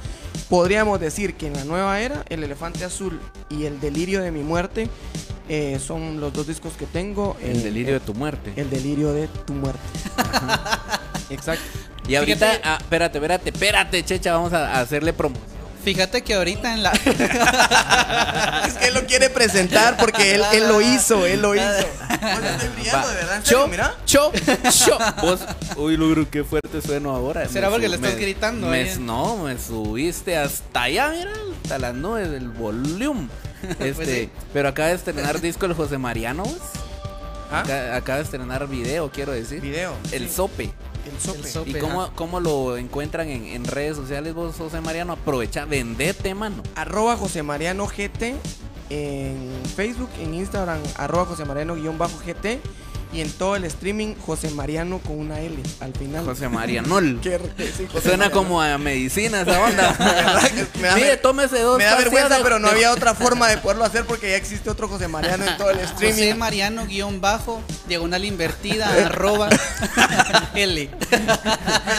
Speaker 3: podríamos decir que en la nueva era, El Elefante Azul y El Delirio de mi Muerte eh, son los dos discos que tengo.
Speaker 2: El
Speaker 3: Eh,
Speaker 2: delirio de tu muerte.
Speaker 3: El Delirio de tu Muerte. Exacto.
Speaker 2: Y ahorita,
Speaker 1: Fíjate-
Speaker 2: ah, espérate, espérate, espérate, Checha, vamos a, a hacerle promoción.
Speaker 1: Fíjate que ahorita en la.
Speaker 3: Es que él lo quiere presentar porque él, él lo hizo, él lo hizo. Pues estoy brillando,
Speaker 2: Va.
Speaker 3: de verdad. en serio,
Speaker 2: Cho,
Speaker 3: mira.
Speaker 2: cho, cho. Vos, uy, Lugru, qué fuerte sueno ahora.
Speaker 1: ¿Será
Speaker 2: Me
Speaker 1: porque
Speaker 2: su-
Speaker 1: le estás
Speaker 2: me-
Speaker 1: gritando,
Speaker 2: me-
Speaker 1: eh?
Speaker 2: no, me subiste hasta allá, mira, hasta las nubes del volumen. Este,
Speaker 1: Pues sí.
Speaker 2: Pero acaba de estrenar disco el José Mariano. vos.
Speaker 3: ¿Ah?
Speaker 2: Acá- acaba de estrenar video, quiero decir.
Speaker 3: Video.
Speaker 2: El
Speaker 3: Sí,
Speaker 2: sope.
Speaker 3: el sope.
Speaker 1: el sope.
Speaker 2: ¿Y
Speaker 1: Sope,
Speaker 2: cómo, cómo lo encuentran en, en redes sociales vos, José Mariano? Aprovecha, vendete, mano.
Speaker 3: Arroba José Mariano GT en Facebook, en Instagram, arroba José Mariano guión bajo GT y en todo el streaming José Mariano con una L al final.
Speaker 2: José Marianol.
Speaker 3: Qué r- sí, José
Speaker 2: Suena
Speaker 3: Mariano.
Speaker 2: como a medicina esa onda.
Speaker 3: ¿Verdad que Me da,
Speaker 2: Mire,
Speaker 3: ver-
Speaker 2: tómese dos
Speaker 3: me da
Speaker 2: pastillas
Speaker 3: vergüenza,
Speaker 2: de-
Speaker 3: pero no
Speaker 2: de-
Speaker 3: había otra forma de poderlo hacer porque ya existe otro José Mariano en todo el
Speaker 1: José
Speaker 3: streaming.
Speaker 1: Mariano guión bajo, diagonal invertida, arroba L.
Speaker 3: Pero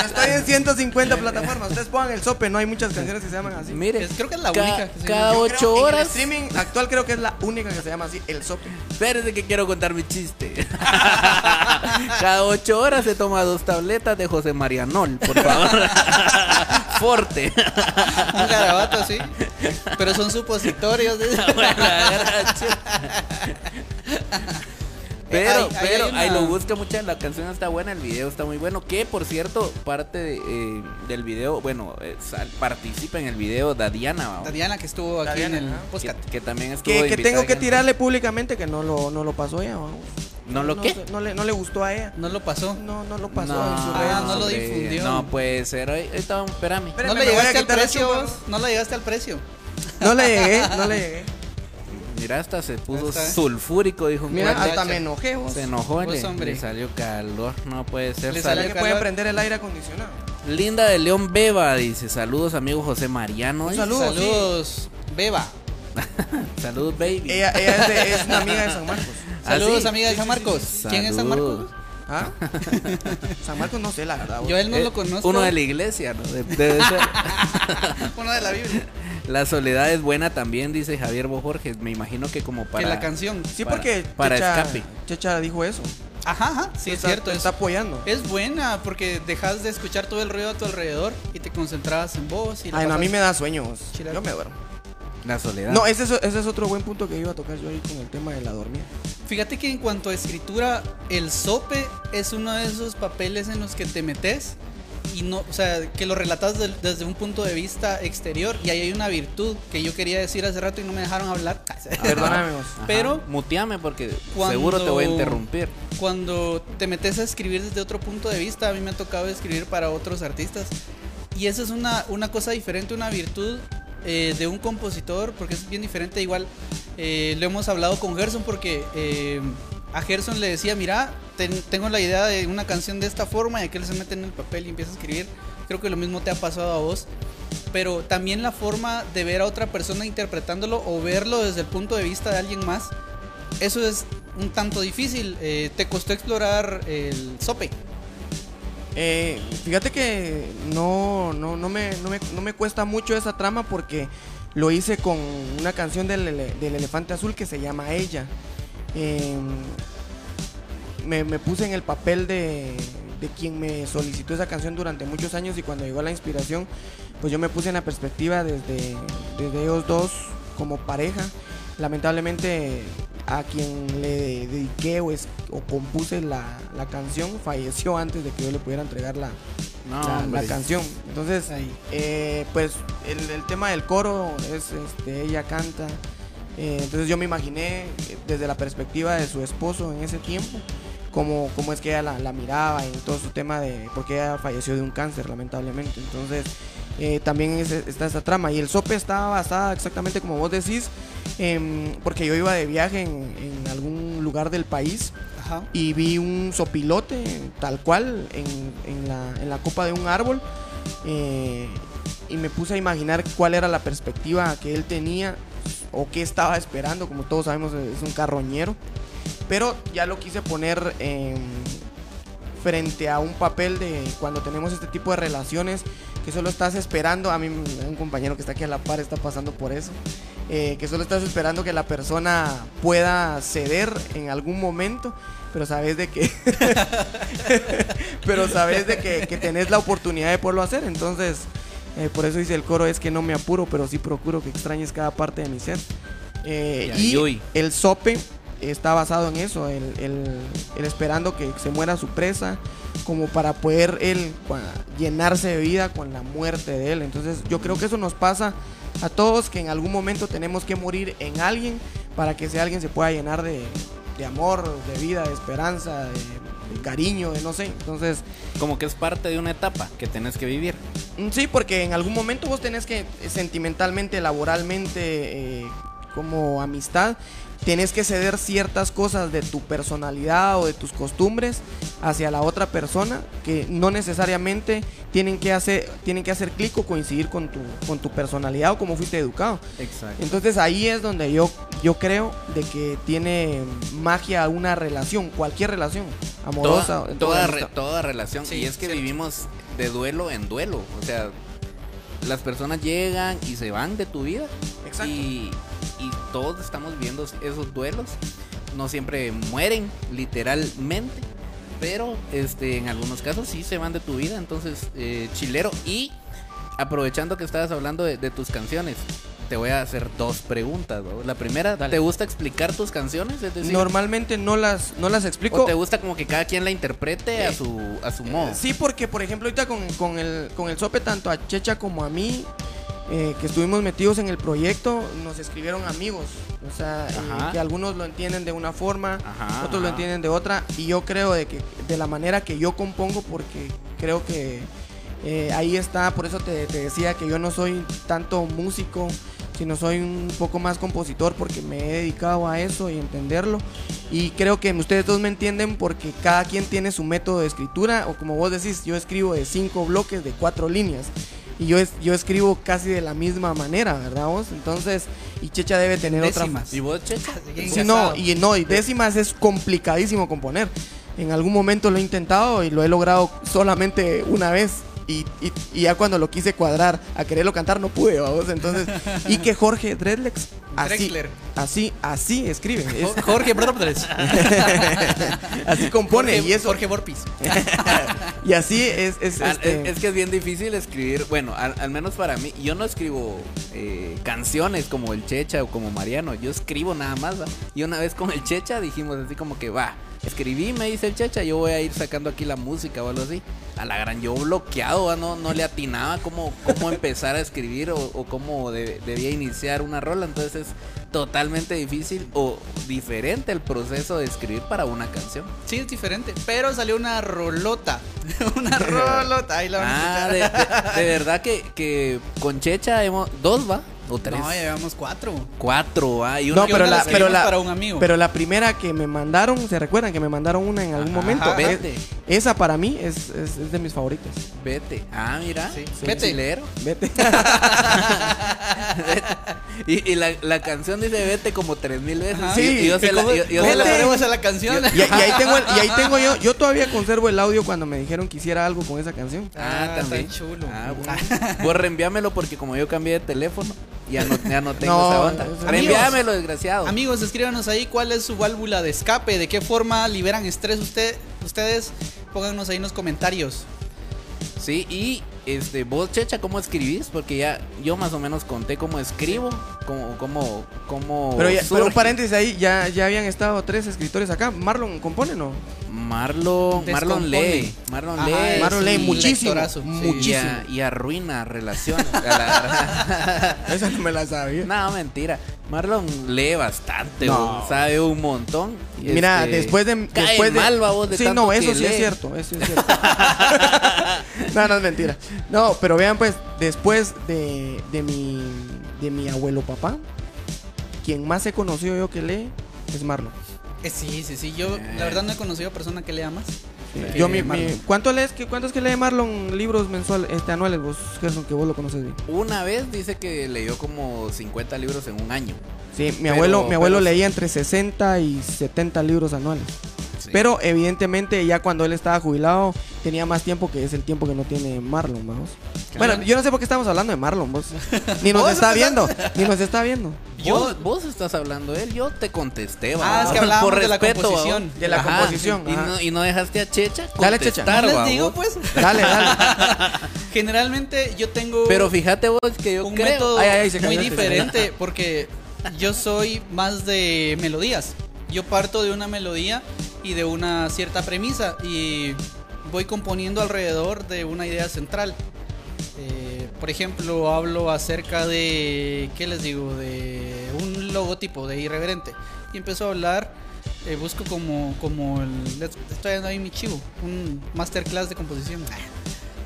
Speaker 3: estoy en 1150 plataformas. Ustedes pongan el sope, no hay muchas canciones que se llaman así.
Speaker 2: Mire,
Speaker 1: Es- creo que es la
Speaker 2: ca-
Speaker 1: única que se
Speaker 2: cada
Speaker 1: llama.
Speaker 3: Yo creo
Speaker 2: ocho
Speaker 3: en el
Speaker 2: horas.
Speaker 3: streaming actual creo que es la única que se llama así, el sope.
Speaker 2: Espérese que quiero contar mi chiste. cada ocho horas se toma dos tabletas de José Marianol, por favor. Forte.
Speaker 1: Un garabato así. Pero son supositorios. dice.
Speaker 2: Pero,
Speaker 1: Eh, hay- hay
Speaker 2: pero,
Speaker 1: una-
Speaker 2: ahí lo busca mucha, la canción está buena, el video está muy bueno. Que por cierto, parte de, eh, del video, bueno, eh, sal- participa en el video Dadiana. ¿va?
Speaker 1: Tatiana que estuvo aquí
Speaker 3: Tatiana,
Speaker 1: en el
Speaker 3: ajá.
Speaker 1: podcast.
Speaker 2: Que, que también estuvo
Speaker 3: Que, que
Speaker 2: invitada
Speaker 3: tengo
Speaker 2: en
Speaker 3: que
Speaker 2: el-
Speaker 3: tirarle públicamente que no lo, no lo pasó ella. vamos.
Speaker 2: ¿No lo qué?
Speaker 3: sé, No le, no le gustó a ella.
Speaker 1: No lo pasó.
Speaker 3: No, no lo pasó en su
Speaker 1: redes.
Speaker 3: red.
Speaker 1: Ah, no lo
Speaker 2: hombre,
Speaker 1: difundió.
Speaker 2: No puede ser. Ahí- ahí está, espérame.
Speaker 3: Espérame,
Speaker 1: No
Speaker 3: me
Speaker 1: le
Speaker 3: voy a
Speaker 1: llegaste al
Speaker 3: quitar la
Speaker 1: precio.
Speaker 3: chupa.
Speaker 1: vos. No le llegaste al precio.
Speaker 3: No le llegué, no le llegué.
Speaker 2: Mira, hasta se puso
Speaker 1: está, eh. ah,
Speaker 2: sulfúrico, dijo un
Speaker 3: Mira,
Speaker 2: cuate.
Speaker 3: hasta me enojé vos.
Speaker 2: Se enojó,
Speaker 1: Vos,
Speaker 2: le,
Speaker 1: hombre.
Speaker 2: le salió calor. No puede ser.
Speaker 1: Le
Speaker 2: sale-
Speaker 3: Sale que
Speaker 1: calor.
Speaker 3: puede prender el aire acondicionado.
Speaker 2: Linda de León Beba dice: Saludos, amigo José Mariano.
Speaker 3: Un
Speaker 2: dice.
Speaker 3: saludo. Saludos, sí.
Speaker 1: Saludos, Beba.
Speaker 3: Ah,
Speaker 2: Saludos, baby.
Speaker 3: Ella, ella es, de- es una amiga de San Marcos.
Speaker 2: ¿Ah,
Speaker 1: Eh, Saludos,
Speaker 2: sí?
Speaker 1: amiga de San Marcos. ¿Quién es San
Speaker 2: Saludos.
Speaker 1: Marcos?
Speaker 3: ¿Ah? San Marcos no sé, la verdad. vos.
Speaker 1: Yo a él no
Speaker 2: Eh,
Speaker 1: lo conozco.
Speaker 2: Uno de la iglesia, ¿no? De- debe ser.
Speaker 1: Uno de la Biblia.
Speaker 2: la soledad es buena también, dice Javier Bojorges. Me imagino que como para.
Speaker 1: Que la canción.
Speaker 3: Sí,
Speaker 2: para-
Speaker 3: porque
Speaker 2: para
Speaker 3: Checha,
Speaker 2: escape.
Speaker 3: Checha dijo eso.
Speaker 1: Ajá, ajá. Sí, es
Speaker 3: Está-
Speaker 1: cierto. es-
Speaker 3: Está apoyando.
Speaker 1: Es buena porque dejas de escuchar todo el ruido a tu alrededor y te concentrabas en vos. Y la
Speaker 3: Ay, no, a
Speaker 1: pasas-
Speaker 3: mí me da sueños.
Speaker 1: Chilar.
Speaker 3: Yo me duermo.
Speaker 2: La soledad.
Speaker 1: eh,
Speaker 3: No, ese es, ese es otro buen punto que iba a tocar yo ahí con el tema de la dormida.
Speaker 1: Fíjate que en cuanto a escritura, el sope es uno de esos papeles en los que te metes y no, o sea, que lo relatas del- desde un punto de vista exterior y ahí hay una virtud que yo quería decir hace rato y no me dejaron hablar.
Speaker 3: Perdóname vos.
Speaker 2: Ajá,
Speaker 1: Pero-
Speaker 2: Muteame porque
Speaker 1: Cuando-
Speaker 2: seguro te voy a interrumpir.
Speaker 1: cuando te metes a escribir desde otro punto de vista, a mí me ha tocado escribir para otros artistas. Y esa es una, una cosa diferente, una virtud eh, de un compositor, porque es bien diferente. Igual eh, lo hemos hablado con Gerson, porque eh, a Gerson le decía, mira, ten- tengo la idea de una canción de esta forma, y aquel se mete en el papel y empieza a escribir. Creo que lo mismo te ha pasado a vos pero también la forma de ver a otra persona interpretándolo o verlo desde el punto de vista de alguien más, eso es un tanto difícil. Eh, te costó explorar el sope.
Speaker 3: Eh, fíjate que no, no, no, me, no, me, no me cuesta mucho esa trama porque lo hice con una canción del, ele- del Elefante Azul que se llama Ella. Eh, me, me puse en el papel de, de quien me solicitó esa canción durante muchos años y cuando llegó la inspiración, pues yo me puse en la perspectiva desde, desde ellos dos como pareja. Lamentablemente a quien le dediqué o, es- o compuse la, la canción falleció antes de que yo le pudiera entregar la,
Speaker 2: No,
Speaker 3: la- la,
Speaker 2: hombre.
Speaker 3: canción. Entonces,
Speaker 1: Ahí.
Speaker 3: eh, pues el, el tema del coro es, este, ella canta. Eh, entonces yo me imaginé eh, desde la perspectiva de su esposo en ese tiempo, cómo, cómo es que ella la, la miraba en todo su tema de, porque ella falleció de un cáncer lamentablemente. Entonces eh, también es- está esta trama. Y el sope estaba basada exactamente como vos decís, em, porque yo iba de viaje en- en algún lugar del país
Speaker 1: Ajá.
Speaker 3: y vi un sopilote tal cual en, en la, en la copa de un árbol eh, y me puse a imaginar cuál era la perspectiva que él tenía o qué estaba esperando, como todos sabemos es un carroñero, pero ya lo quise poner eh, frente a un papel de cuando tenemos este tipo de relaciones que solo estás esperando, a mí un compañero que está aquí a la par está pasando por eso, eh, que solo estás esperando que la persona pueda ceder en algún momento, pero sabes de que, pero sabes de que, que tenés la oportunidad de poderlo hacer, entonces Eh, por eso dice el coro es que no me apuro, pero sí procuro que extrañes cada parte de mi ser. Eh,
Speaker 2: Ya,
Speaker 3: y
Speaker 2: Yui.
Speaker 3: el sope está basado en eso, el, el- el esperando que se muera su presa, como para poder él cua- llenarse de vida con la muerte de él. Entonces yo creo que eso nos pasa a todos, que en algún momento tenemos que morir en alguien para que ese alguien se pueda llenar de, de amor, de vida, de esperanza, de, de cariño, de no sé. Entonces
Speaker 2: Como que es parte de una etapa que tenés que vivir.
Speaker 3: Mm, Sí, porque en algún momento vos tenés que eh, sentimentalmente, laboralmente, eh, como amistad, tenés que ceder ciertas cosas de tu personalidad o de tus costumbres hacia la otra persona que no necesariamente tienen que hacer, tienen que hacer clic o coincidir con tu, con tu personalidad o cómo fuiste educado.
Speaker 2: Exacto.
Speaker 3: Entonces ahí es donde yo, yo creo de que tiene magia una relación, cualquier relación,
Speaker 2: Toda,
Speaker 3: amorosa.
Speaker 2: toda, re-
Speaker 3: amistad.
Speaker 2: toda relación.
Speaker 1: Sí,
Speaker 2: y es que
Speaker 1: cierto.
Speaker 2: vivimos de duelo en duelo. O sea, las personas llegan y se van de tu vida.
Speaker 3: Exacto.
Speaker 2: Y, y todos estamos viviendo esos duelos. No siempre mueren, literalmente. Pero este, en algunos casos sí se van de tu vida. Entonces, eh, chilero. Y aprovechando que estabas hablando de, de tus canciones. Te voy a hacer dos preguntas. ¿no? La primera, ¿te gusta explicar tus canciones? Es decir,
Speaker 3: Normalmente no las, no las explico.
Speaker 2: ¿O te gusta como que cada quien la interprete a su, a su modo?
Speaker 3: Eh, Sí, porque por ejemplo ahorita con, con el, con el sope, tanto a Checha como a mí, eh, que estuvimos metidos en el proyecto, nos escribieron amigos. O sea, eh,
Speaker 2: Ajá.
Speaker 3: que algunos lo entienden de una forma,
Speaker 2: Ajá,
Speaker 3: otros lo
Speaker 2: ajá.
Speaker 3: entienden de otra. Y yo creo de que de la manera que yo compongo, porque creo que eh, ahí está, por eso te, te decía que yo no soy tanto músico, sino soy un poco más compositor porque me he dedicado a eso y entenderlo. Y creo que ustedes dos me entienden porque cada quien tiene su método de escritura, o como vos decís, yo escribo de cinco bloques, de cuatro líneas. Y yo, es- yo escribo casi de la misma manera, ¿verdad vos? Entonces, y Checha debe tener otra...
Speaker 1: Décimas.
Speaker 2: ¿Y vos, Checha?
Speaker 1: Bien
Speaker 3: Sí,
Speaker 1: casado.
Speaker 3: no, y no, y décimas es complicadísimo componer. En algún momento lo he intentado y lo he logrado solamente una vez. Y, y- y ya cuando lo quise cuadrar a quererlo cantar no pude, vamos. Entonces, y que Jorge Dredlex así,
Speaker 1: Drexler.
Speaker 3: así, así escribe, es-
Speaker 1: Jo- Jorge Borpis.
Speaker 3: así compone
Speaker 1: Jorge,
Speaker 3: y eso
Speaker 1: Jorge Borpis.
Speaker 3: y así es, es,
Speaker 2: Ah,
Speaker 3: este,
Speaker 2: es, es que es bien difícil escribir, bueno, al, al menos para mí, yo no escribo eh, canciones como el Checha o como Mariano, yo escribo nada más. ¿va? Y una vez con el Checha dijimos así como que va, escribí, me dice el Checha, yo voy a ir sacando aquí la música o algo así. A la gran yo bloqueado, ¿va? no, no le atinaba cómo, cómo empezar a escribir o, o cómo de- debía iniciar una rola, entonces es totalmente difícil o diferente el proceso de escribir para una canción.
Speaker 1: Sí, es diferente. Pero salió una rolota. una rolota. Ahí la van a
Speaker 2: Ah,
Speaker 1: escuchar.
Speaker 2: de, de- de verdad que, que con Checha hemos. Dos va, o tres.
Speaker 1: No, ya llevamos cuatro.
Speaker 2: Cuatro, va. Y una
Speaker 3: no,
Speaker 1: ¿qué
Speaker 2: que
Speaker 3: pero
Speaker 1: onda
Speaker 2: otra
Speaker 3: la,
Speaker 1: las
Speaker 2: se-
Speaker 3: pero
Speaker 1: escribimos
Speaker 3: la,
Speaker 1: para un amigo?
Speaker 3: pero la primera que me mandaron, ¿se recuerdan que me mandaron una en algún
Speaker 2: Ajá,
Speaker 3: momento?
Speaker 2: vete.
Speaker 3: Es- esa para mí es, es- es de mis favoritas.
Speaker 2: Vete. Ah, mira.
Speaker 1: Sí.
Speaker 2: sí,
Speaker 1: Vete.
Speaker 2: chilero.
Speaker 3: Vete.
Speaker 2: Y, y la, la canción dice vete como tres mil veces.
Speaker 1: Ajá.
Speaker 2: Y-
Speaker 3: Sí,
Speaker 2: y yo se la.
Speaker 1: ¿Cómo,
Speaker 2: yo- yo
Speaker 1: cómo
Speaker 2: se
Speaker 1: le
Speaker 2: la-
Speaker 3: Vete.
Speaker 1: ponemos a la canción?
Speaker 3: Y, y ahí tengo el- y ahí tengo yo, yo todavía conservo el audio cuando me dijeron que hiciera algo con esa canción.
Speaker 2: Ah,
Speaker 1: Ah,
Speaker 2: también.
Speaker 1: está chulo.
Speaker 2: Ah, bueno. Vos reenviámelo porque como yo cambié de teléfono, ya no, ya no tengo
Speaker 3: No,
Speaker 2: esa onda.
Speaker 3: es-
Speaker 2: Reenviámelo, desgraciado.
Speaker 1: Amigos, escríbanos ahí cuál es su válvula de escape, de qué forma liberan estrés usted, ustedes. Pónganos ahí en los comentarios.
Speaker 2: Sí, y este, vos, Checha, ¿cómo escribís? Porque ya yo más o menos conté cómo escribo, cómo, cómo, cómo
Speaker 3: Pero, ya, pero un
Speaker 2: surge.
Speaker 3: paréntesis ahí, ya, ya habían estado tres escritores acá. Marlon, compone, ¿no?
Speaker 2: Marlon, Marlon
Speaker 1: Descompone.
Speaker 2: lee, Marlon
Speaker 1: Ajá,
Speaker 2: lee,
Speaker 1: es
Speaker 3: Marlon lee
Speaker 1: un
Speaker 3: muchísimo,
Speaker 1: Ah, lectorazo, sí.
Speaker 2: y,
Speaker 3: muchísimo.
Speaker 2: a- y arruina relaciones. a
Speaker 3: Esa no me la
Speaker 2: la-
Speaker 3: sabía.
Speaker 2: no, mentira. Marlon lee bastante,
Speaker 3: No.
Speaker 2: güey, sabe un montón. y
Speaker 3: Mira,
Speaker 2: este,
Speaker 3: después de.
Speaker 2: cae
Speaker 3: después de-
Speaker 2: mal, va, vos, de
Speaker 3: sí,
Speaker 2: tanto
Speaker 3: no, eso
Speaker 2: que
Speaker 3: sí es
Speaker 2: lee.
Speaker 3: cierto. Eso sí es cierto. no, no es mentira. No, pero vean, pues, después de, de, mi, de mi abuelo papá, quien más he conocido yo que lee es Marlon.
Speaker 1: Eh, sí, sí, sí. Yo,
Speaker 2: Eh.
Speaker 1: la verdad, no he conocido persona que lea más.
Speaker 3: Sí,
Speaker 2: Eh,
Speaker 3: Yo mi,
Speaker 1: Marlon.
Speaker 3: mi- ¿cuánto lees, que, ¿Cuántos que lee Marlon libros mensuales, este, anuales vos, Gerson, que vos lo conoces bien?
Speaker 2: Una vez dice que leyó como 50 libros en un año.
Speaker 3: Sí, mi
Speaker 2: Pero-
Speaker 3: abuelo, mi abuelo
Speaker 2: pero-
Speaker 3: leía entre 60 y 70 libros anuales.
Speaker 2: Sí.
Speaker 3: Pero evidentemente ya cuando él estaba jubilado tenía más tiempo que es el tiempo que no tiene Marlon, vamos. Bueno, yo no sé por qué estamos hablando de Marlon, vos. Ni nos
Speaker 1: Vos estás-
Speaker 3: está viendo, ni nos está viendo.
Speaker 1: Yo-
Speaker 2: Vos, vos estás hablando de él, yo te contesté,
Speaker 1: Ah,
Speaker 2: va.
Speaker 1: es que hablábamos
Speaker 2: Por
Speaker 1: de la
Speaker 2: respeto, va,
Speaker 1: composición.
Speaker 2: vos.
Speaker 3: De la
Speaker 2: Ajá.
Speaker 3: composición,
Speaker 2: Y
Speaker 3: ajá.
Speaker 2: no, y no dejaste a Checha
Speaker 3: Dale, Checha.
Speaker 2: contestar,
Speaker 1: les
Speaker 2: va,
Speaker 1: digo,
Speaker 2: vos.
Speaker 1: pues.
Speaker 3: Dale, dale.
Speaker 1: Generalmente yo tengo
Speaker 2: Pero fíjate vos que yo
Speaker 1: un
Speaker 2: creo...
Speaker 1: método
Speaker 3: Ay, ay, se
Speaker 1: muy
Speaker 3: cayó este,
Speaker 1: diferente porque yo soy más de melodías. Yo parto de una melodía y de una cierta premisa y voy componiendo alrededor de una idea central. Eh, por ejemplo, hablo acerca de, ¿qué les digo? De un logotipo de irreverente. Y empiezo a hablar, eh, busco como, como el... les- Estoy dando ahí mi chivo, un masterclass de composición.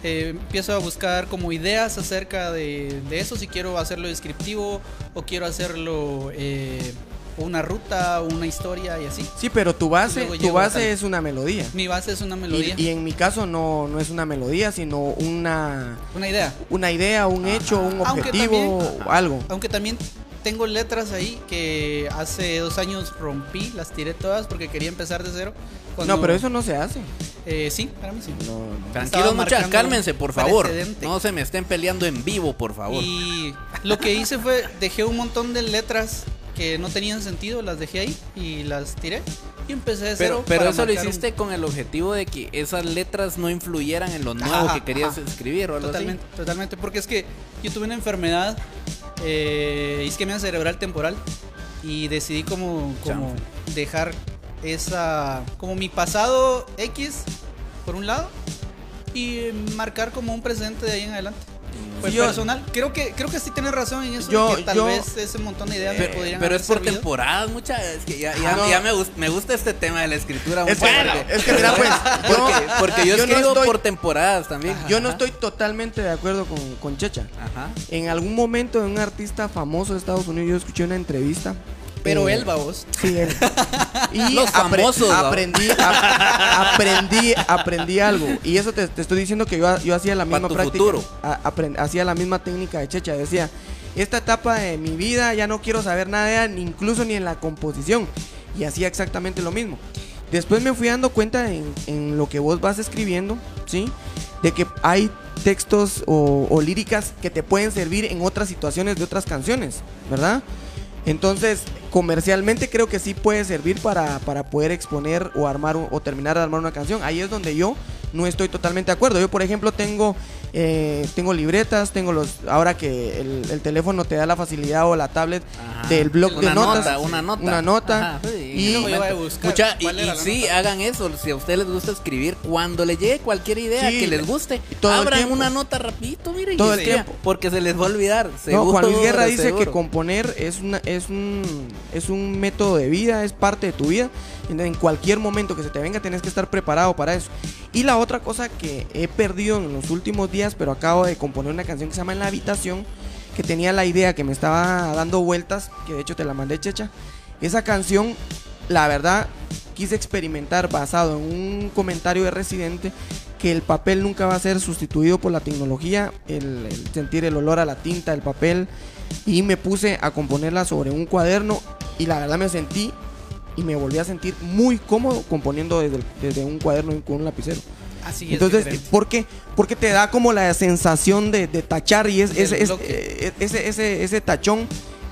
Speaker 1: Eh, empiezo a buscar como ideas acerca de, de eso, si quiero hacerlo descriptivo o quiero hacerlo eh, una ruta, una historia y así.
Speaker 3: Sí, pero tu
Speaker 1: Y
Speaker 3: base,
Speaker 1: luego
Speaker 3: tu
Speaker 1: llego
Speaker 3: base
Speaker 1: tal.
Speaker 3: es una melodía.
Speaker 1: Mi base es una melodía,
Speaker 3: Y, y en mi caso no, no es una melodía, sino una,
Speaker 1: una idea.
Speaker 3: una idea, un hecho, un
Speaker 1: Aunque
Speaker 3: objetivo,
Speaker 2: también-
Speaker 3: o algo.
Speaker 1: Aunque también tengo letras ahí que hace dos años rompí, las tiré todas porque quería empezar de cero. cuando-
Speaker 3: No, pero eso no se hace.
Speaker 1: Eh, sí, para mí sí.
Speaker 3: No, no.
Speaker 2: Tranquilos, muchachos,
Speaker 1: marcando
Speaker 2: cálmense, por favor.
Speaker 1: precedente.
Speaker 2: No se me estén peleando en vivo, por favor.
Speaker 1: Y lo que hice fue, dejé un montón de letras que no tenían sentido, las dejé ahí y las tiré y empecé de
Speaker 2: Pero,
Speaker 1: cero.
Speaker 2: pero
Speaker 1: para
Speaker 2: eso lo
Speaker 1: marcar un-
Speaker 2: hiciste con el objetivo de que esas letras no influyeran en lo nuevo
Speaker 1: Ajá,
Speaker 2: que querías
Speaker 1: ajá.
Speaker 2: escribir o algo así.
Speaker 1: Totalmente, totalmente, porque es que yo tuve una enfermedad eh, isquemia cerebral temporal y decidí como, como dejar esa, como mi pasado X por un lado y marcar como un presente de ahí en adelante. Fue
Speaker 3: Sí, yo-
Speaker 1: personal, creo que creo que sí tienes razón en eso, de
Speaker 3: Yo-
Speaker 1: que tal
Speaker 3: yo-
Speaker 1: vez ese montón de ideas me
Speaker 2: Pero,
Speaker 1: podrían
Speaker 2: Eh, pero
Speaker 1: haber
Speaker 2: es por
Speaker 1: servido. Ah,
Speaker 2: temporadas, muchas. Es que ya, ya-
Speaker 3: Ajá.
Speaker 2: ya me, gust- me gusta este tema de la escritura.
Speaker 3: Es que,
Speaker 2: mucha, porque-
Speaker 3: es que mira, pues, yo,
Speaker 2: porque, porque yo,
Speaker 3: yo no
Speaker 2: escribo
Speaker 3: estoy-
Speaker 2: por temporadas también.
Speaker 3: yo no estoy totalmente de acuerdo con, con Checha.
Speaker 2: Ajá.
Speaker 3: En algún momento de un artista famoso de Estados Unidos yo escuché una entrevista.
Speaker 1: Pero
Speaker 3: eh,
Speaker 1: él, babos.
Speaker 3: Sí, él. Y
Speaker 2: Los
Speaker 3: apre-
Speaker 2: famosos, ¿no?
Speaker 3: aprendí, a- aprendí, aprendí algo. Y eso te, te estoy diciendo que yo, ha- yo hacía la
Speaker 2: Pa'
Speaker 3: misma
Speaker 2: tu
Speaker 3: práctica.
Speaker 2: futuro.
Speaker 3: a- apren- hacía la misma técnica de Checha. Decía, esta etapa de mi vida ya no quiero saber nada, de ella, ni incluso ni en la composición. Y hacía exactamente lo mismo. Después me fui dando cuenta en, en lo que vos vas escribiendo, ¿sí? De que hay textos o, o líricas que te pueden servir en otras situaciones de otras canciones, ¿verdad? Entonces, comercialmente creo que sí puede servir para, para poder exponer o armar un- o terminar de armar una canción. Ahí es donde yo no estoy totalmente de acuerdo. Yo, por ejemplo, tengo, eh, tengo libretas, tengo los. Ahora que el, el teléfono te da la facilidad o la tablet
Speaker 2: Ajá.
Speaker 3: del blog
Speaker 2: Una
Speaker 3: de notas.
Speaker 2: nota, una nota.
Speaker 3: Una nota. pues,
Speaker 2: Ajá, sí,
Speaker 3: y,
Speaker 1: no me va a buscar
Speaker 2: Mucha- y
Speaker 1: cuál era
Speaker 2: y
Speaker 1: la
Speaker 2: sí,
Speaker 1: nota.
Speaker 2: hagan eso. Si a ustedes les gusta escribir, cuando les llegue cualquier idea
Speaker 3: Sí,
Speaker 2: que les guste,
Speaker 3: todo el
Speaker 2: abran
Speaker 3: tiempo.
Speaker 2: una nota rapidito, miren.
Speaker 3: Todo
Speaker 2: y
Speaker 3: el
Speaker 2: ya,
Speaker 3: tiempo.
Speaker 2: Porque se les va a olvidar.
Speaker 3: No, Juan Luis
Speaker 2: seguro,
Speaker 3: Guerra dice que
Speaker 2: seguro.
Speaker 3: componer es, una, es, un, es un método de vida, es parte de tu vida. En, en cualquier momento que se te venga, tienes que estar preparado para eso. Y la otra cosa que he perdido en los últimos días, pero acabo de componer una canción que se llama En la habitación, que tenía la idea que me estaba dando vueltas, que de hecho te la mandé, Checha. Esa canción, la verdad, quise experimentar basado en un comentario de Residente que el papel nunca va a ser sustituido por la tecnología, el, el sentir el olor a la tinta, el papel, y me puse a componerla sobre un cuaderno y la verdad me sentí y me volví a sentir muy cómodo componiendo desde, el- desde un cuaderno y con un lapicero.
Speaker 1: Así es
Speaker 3: Entonces,
Speaker 1: diferente.
Speaker 3: ¿por qué? Porque te da como la sensación de, de tachar y es,
Speaker 1: Del
Speaker 3: ese, es-
Speaker 1: bloque.
Speaker 3: eh, ese, ese, ese tachón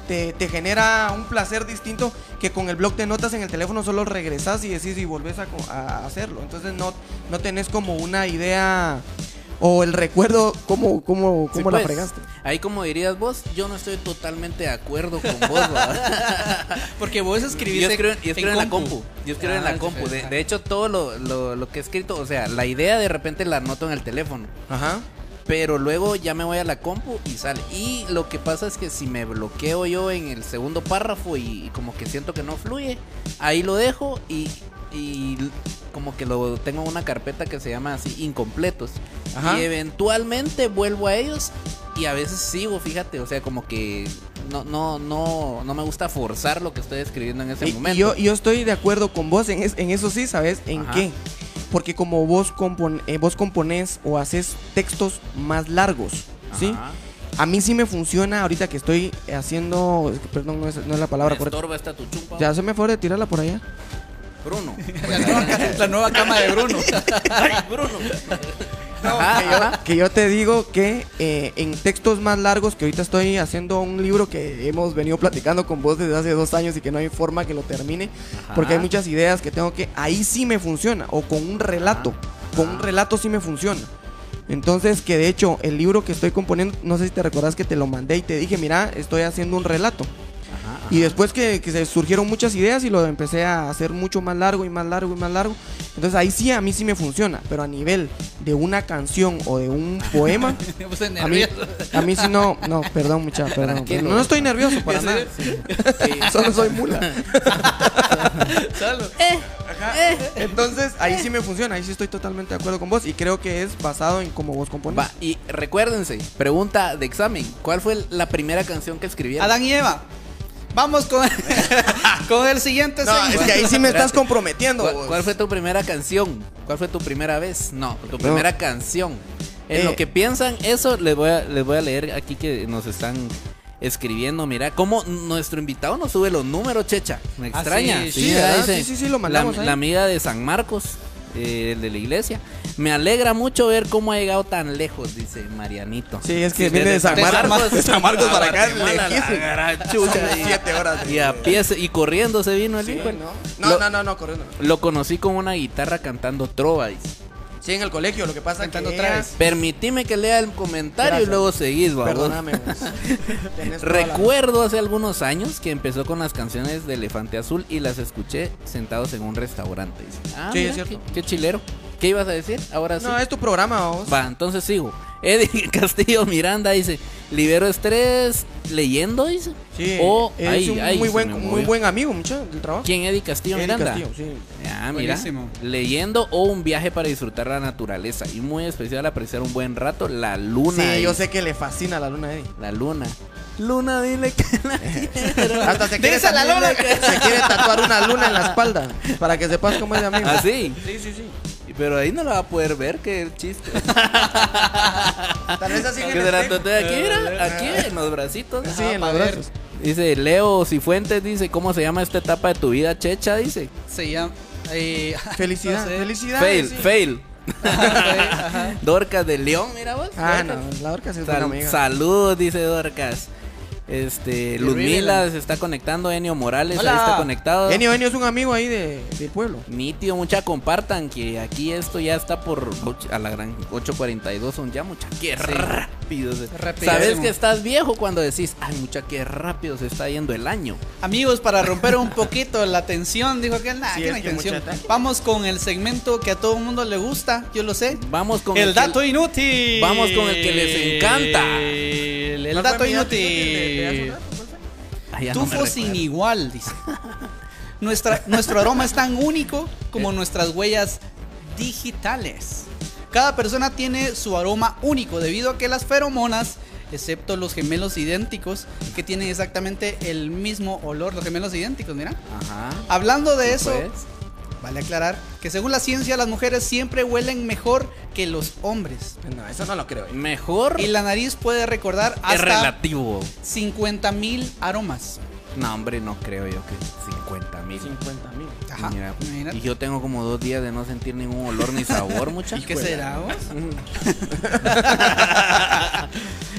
Speaker 3: te, te genera un placer distinto que con el bloc de notas en el teléfono solo regresas y decís y volvés a, co- a hacerlo. Entonces no, no tenés como una idea o el recuerdo como, como,
Speaker 2: Sí,
Speaker 3: como la
Speaker 2: pues,
Speaker 3: fregaste.
Speaker 2: Ahí como dirías vos, yo no estoy totalmente de acuerdo con vos, ¿verdad?
Speaker 1: Porque vos escribiste
Speaker 2: yo escribo, yo escribo en, la compu. Yo escribo en
Speaker 1: Ah,
Speaker 2: la
Speaker 1: es
Speaker 2: compu. De,
Speaker 1: diferente.
Speaker 2: de hecho, todo lo, lo- lo que he escrito, o sea, la idea de repente la anoto en el teléfono.
Speaker 3: Ajá.
Speaker 2: Pero luego ya me voy a la compu y sale. Y lo que pasa es que si me bloqueo yo en el segundo párrafo y, y como que siento que no fluye, ahí lo dejo y, y como que lo tengo en una carpeta que se llama así, incompletos.
Speaker 3: Ajá.
Speaker 2: Y eventualmente vuelvo a ellos y a veces sigo, fíjate, o sea, como que no, no, no, no me gusta forzar lo que estoy escribiendo en ese
Speaker 3: Y- y
Speaker 2: momento.
Speaker 3: yo, yo estoy de acuerdo con vos en, es- en eso sí, ¿sabes? ¿En
Speaker 2: Ajá.
Speaker 3: qué? Porque como vos, compon, eh, vos componés o haces textos más largos, ¿sí?
Speaker 2: Ajá.
Speaker 3: A mí sí me funciona ahorita que estoy haciendo. Perdón, no es, no es la palabra
Speaker 2: Me
Speaker 3: correcta.
Speaker 2: estorba esta tu chumpa.
Speaker 3: Ya se me fue de tirarla por allá.
Speaker 2: Bruno.
Speaker 1: La nueva, ca- la nueva cama de Bruno.
Speaker 2: Ay, Bruno.
Speaker 3: que, yo, que yo te digo que eh, en textos más largos, que ahorita estoy haciendo un libro que hemos venido platicando con vos desde hace dos años y que no hay forma que lo termine,
Speaker 2: Ajá.
Speaker 3: porque hay muchas ideas que tengo que, ahí sí me funciona, o con un relato, con un relato sí me funciona. Entonces, que de hecho, el libro que estoy componiendo, no sé si te recordás que te lo mandé y te dije, mira, estoy haciendo un relato. Y después que, que se surgieron muchas ideas y lo empecé a hacer mucho más largo y más largo y más largo. Entonces ahí sí, a mí sí me funciona. Pero a nivel de una canción o de un poema,
Speaker 1: Me puse
Speaker 3: a mí,
Speaker 1: nervioso.
Speaker 3: a mí sí no. No, perdón, mucha, perdón.
Speaker 2: Tranquilo.
Speaker 3: No estoy nervioso para
Speaker 1: ¿En
Speaker 3: nada.
Speaker 1: serio?
Speaker 3: Solo soy mula.
Speaker 1: Salo.
Speaker 3: Entonces ahí sí me funciona. Ahí sí estoy totalmente de acuerdo con vos. Y creo que es basado en cómo vos compones.
Speaker 2: Va, y recuérdense, pregunta de examen. ¿Cuál fue la primera canción que escribieron?
Speaker 1: Adán y Eva. Vamos con, con el siguiente
Speaker 3: No,
Speaker 1: segmento.
Speaker 3: es que ahí sí me estás comprometiendo.
Speaker 2: ¿Cuál,
Speaker 3: vos.
Speaker 2: cuál fue tu primera canción? ¿Cuál fue tu primera vez? No, tu primera canción. En
Speaker 3: Eh.
Speaker 2: lo que piensan eso, les voy, a, les voy a leer aquí que nos están escribiendo. Mira, cómo nuestro invitado nos sube los números, checha. Me
Speaker 1: Ah,
Speaker 2: extraña.
Speaker 1: sí,
Speaker 3: sí,
Speaker 2: mira,
Speaker 3: ¿verdad? Sí, sí, sí, lo mandamos
Speaker 2: La,
Speaker 3: ahí.
Speaker 2: la amiga de San Marcos, eh, el de la iglesia. Me alegra mucho ver cómo ha llegado tan lejos, dice Marianito.
Speaker 3: Sí, es que
Speaker 2: Sí,
Speaker 3: viene
Speaker 2: desde
Speaker 3: de San
Speaker 2: San
Speaker 3: Marcos.
Speaker 2: Marcos.
Speaker 3: De San Marcos para acá,
Speaker 2: Guatemala, la
Speaker 3: lejísimo.
Speaker 2: gran
Speaker 3: Son
Speaker 2: chucha.
Speaker 3: siete horas. de-
Speaker 2: Y a pie se- y corriendo se vino el
Speaker 3: Sí, pues,
Speaker 2: hijo.
Speaker 3: ¿no?
Speaker 2: Lo-
Speaker 3: No, no, no, no, corriendo. no.
Speaker 2: Lo conocí con una guitarra cantando trova. dice.
Speaker 3: Sí, en el colegio, lo que pasa es que
Speaker 1: Cantando otra
Speaker 3: ella-
Speaker 1: vez.
Speaker 2: Permitime que lea el comentario
Speaker 3: Gracias.
Speaker 2: y luego seguís, babón.
Speaker 3: Perdóname. vos. Tenés toda la-
Speaker 2: Recuerdo hace algunos años que empezó con las canciones de Elefante Azul y las escuché sentados en un restaurante. dice. Ah,
Speaker 3: Sí,
Speaker 2: mira,
Speaker 3: es cierto.
Speaker 2: Qué, qué chilero. ¿Qué ibas a decir? Ahora sí.
Speaker 3: No, es tu programa, vos.
Speaker 2: Va, entonces sigo. Eddie Castillo Miranda dice, libero estrés leyendo, dice.
Speaker 3: Sí,
Speaker 2: o,
Speaker 3: es
Speaker 2: Oh, ay,
Speaker 3: un
Speaker 2: ay, se
Speaker 3: muy,
Speaker 2: me
Speaker 3: buen, muy
Speaker 2: movió.
Speaker 3: buen amigo, mucho, del trabajo.
Speaker 2: ¿Quién Eddie Castillo
Speaker 3: Eric
Speaker 2: Miranda?
Speaker 3: Castillo, sí.
Speaker 2: Ah, mira.
Speaker 1: Buenísimo.
Speaker 2: Leyendo o un viaje para disfrutar la naturaleza. Y muy especial apreciar un buen rato la luna.
Speaker 3: Sí,
Speaker 2: dice.
Speaker 3: yo sé que le fascina la luna, Eddie.
Speaker 2: La luna. Luna, dile que la quiero.
Speaker 3: Hasta se quiere,
Speaker 1: Dice la
Speaker 3: también-
Speaker 1: luna
Speaker 3: se quiere tatuar una luna en la espalda para que sepas cómo es de amigo.
Speaker 2: Así.
Speaker 3: Sí, sí, sí.
Speaker 2: Ah, Pero ahí no la va a poder ver, que el chiste.
Speaker 3: Tal vez así en
Speaker 2: Que
Speaker 3: el
Speaker 2: se la
Speaker 3: espejo.
Speaker 2: toté aquí, mira, aquí en los bracitos. Ah,
Speaker 3: Sí, en
Speaker 1: pa'
Speaker 3: los
Speaker 1: ver.
Speaker 3: brazos.
Speaker 2: Dice Leo Cifuentes, dice, ¿cómo se llama esta etapa de tu vida, Checha? Dice.
Speaker 1: Se llama. eh,
Speaker 3: Felicidad,
Speaker 1: no sé.
Speaker 3: felicidad.
Speaker 2: Fail,
Speaker 3: sí.
Speaker 2: fail.
Speaker 1: Ajá.
Speaker 2: Dorcas de León, mira vos.
Speaker 3: Ah,
Speaker 2: Dorcas.
Speaker 3: no, la orca sí es buena
Speaker 2: Sal-
Speaker 3: amiga.
Speaker 2: saludos, dice Dorcas. Este, Ludmila se está conectando, Enio Morales ahí
Speaker 1: Hola.
Speaker 2: está conectado.
Speaker 3: Enio, Enio es un amigo ahí de, del pueblo.
Speaker 2: Nítido, mucha, compartan que aquí esto ya está por och- a la gran 8.42 son ya mucha, qué rápido. se-
Speaker 1: Rapidísimo.
Speaker 2: Sabes que estás viejo cuando decís, ay mucha, qué rápido se está yendo el año.
Speaker 1: Amigos, para romper un poquito la tensión, dijo que nada,
Speaker 3: Sí,
Speaker 1: aquí no
Speaker 3: es
Speaker 1: hay
Speaker 3: que
Speaker 1: tensión.
Speaker 3: mucha-
Speaker 1: Vamos con el segmento que a todo el mundo le gusta, yo lo sé.
Speaker 2: Vamos con
Speaker 1: el,
Speaker 2: que-
Speaker 1: dato inútil.
Speaker 2: Vamos con el que les encanta.
Speaker 1: El, el
Speaker 3: ¿Cuál fue
Speaker 1: dato
Speaker 3: mi
Speaker 1: inútil.
Speaker 3: de- de hace un rato? ¿Cuál fue?
Speaker 2: Ay, ya no me
Speaker 1: Tufo sin
Speaker 2: recuerdo.
Speaker 1: igual, dice. Nuestra, nuestro aroma es tan único
Speaker 2: Eh.
Speaker 1: como nuestras huellas digitales. Cada persona tiene su aroma único debido a que las feromonas, excepto los gemelos idénticos, que tienen exactamente el mismo olor, los gemelos idénticos, mira.
Speaker 2: Ajá.
Speaker 1: Hablando de eso,
Speaker 2: Pues,
Speaker 1: vale aclarar que según la ciencia las mujeres siempre huelen mejor que los hombres.
Speaker 3: No, eso no lo creo. yo.
Speaker 2: mejor
Speaker 1: Y la nariz puede recordar
Speaker 2: es
Speaker 1: hasta
Speaker 2: relativo.
Speaker 1: 50.000 mil aromas.
Speaker 2: No, hombre, no creo yo que 50 mil.
Speaker 3: 50 mil.
Speaker 1: Ajá,
Speaker 2: Mira,
Speaker 1: imagínate.
Speaker 2: y yo tengo como dos días de no sentir ningún olor ni sabor, mucha.
Speaker 1: ¿Qué será? vos?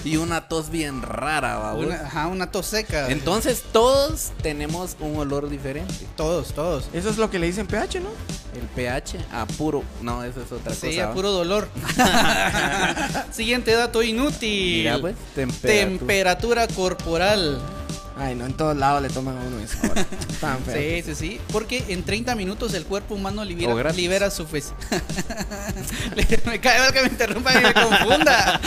Speaker 2: y una tos bien rara, babos.
Speaker 1: Una, ajá, una tos seca.
Speaker 2: Entonces todos tenemos un olor diferente.
Speaker 1: todos, todos.
Speaker 3: Eso es lo que le dicen pH, ¿no?
Speaker 2: El pH a puro. No, eso es otra
Speaker 1: Sí,
Speaker 2: cosa.
Speaker 1: a
Speaker 2: ¿va?
Speaker 1: puro dolor. Siguiente dato inútil.
Speaker 2: Mira, pues, temperatura.
Speaker 1: temperatura corporal.
Speaker 3: Ay, no, en todos lados le toman a uno eso. ahora. Tan feo.
Speaker 1: Sí, sí, sí. Porque en 30 minutos el cuerpo humano
Speaker 2: O
Speaker 1: libera,
Speaker 2: gratis.
Speaker 1: libera su fes. Le- me cae mal que me interrumpa y me confunda.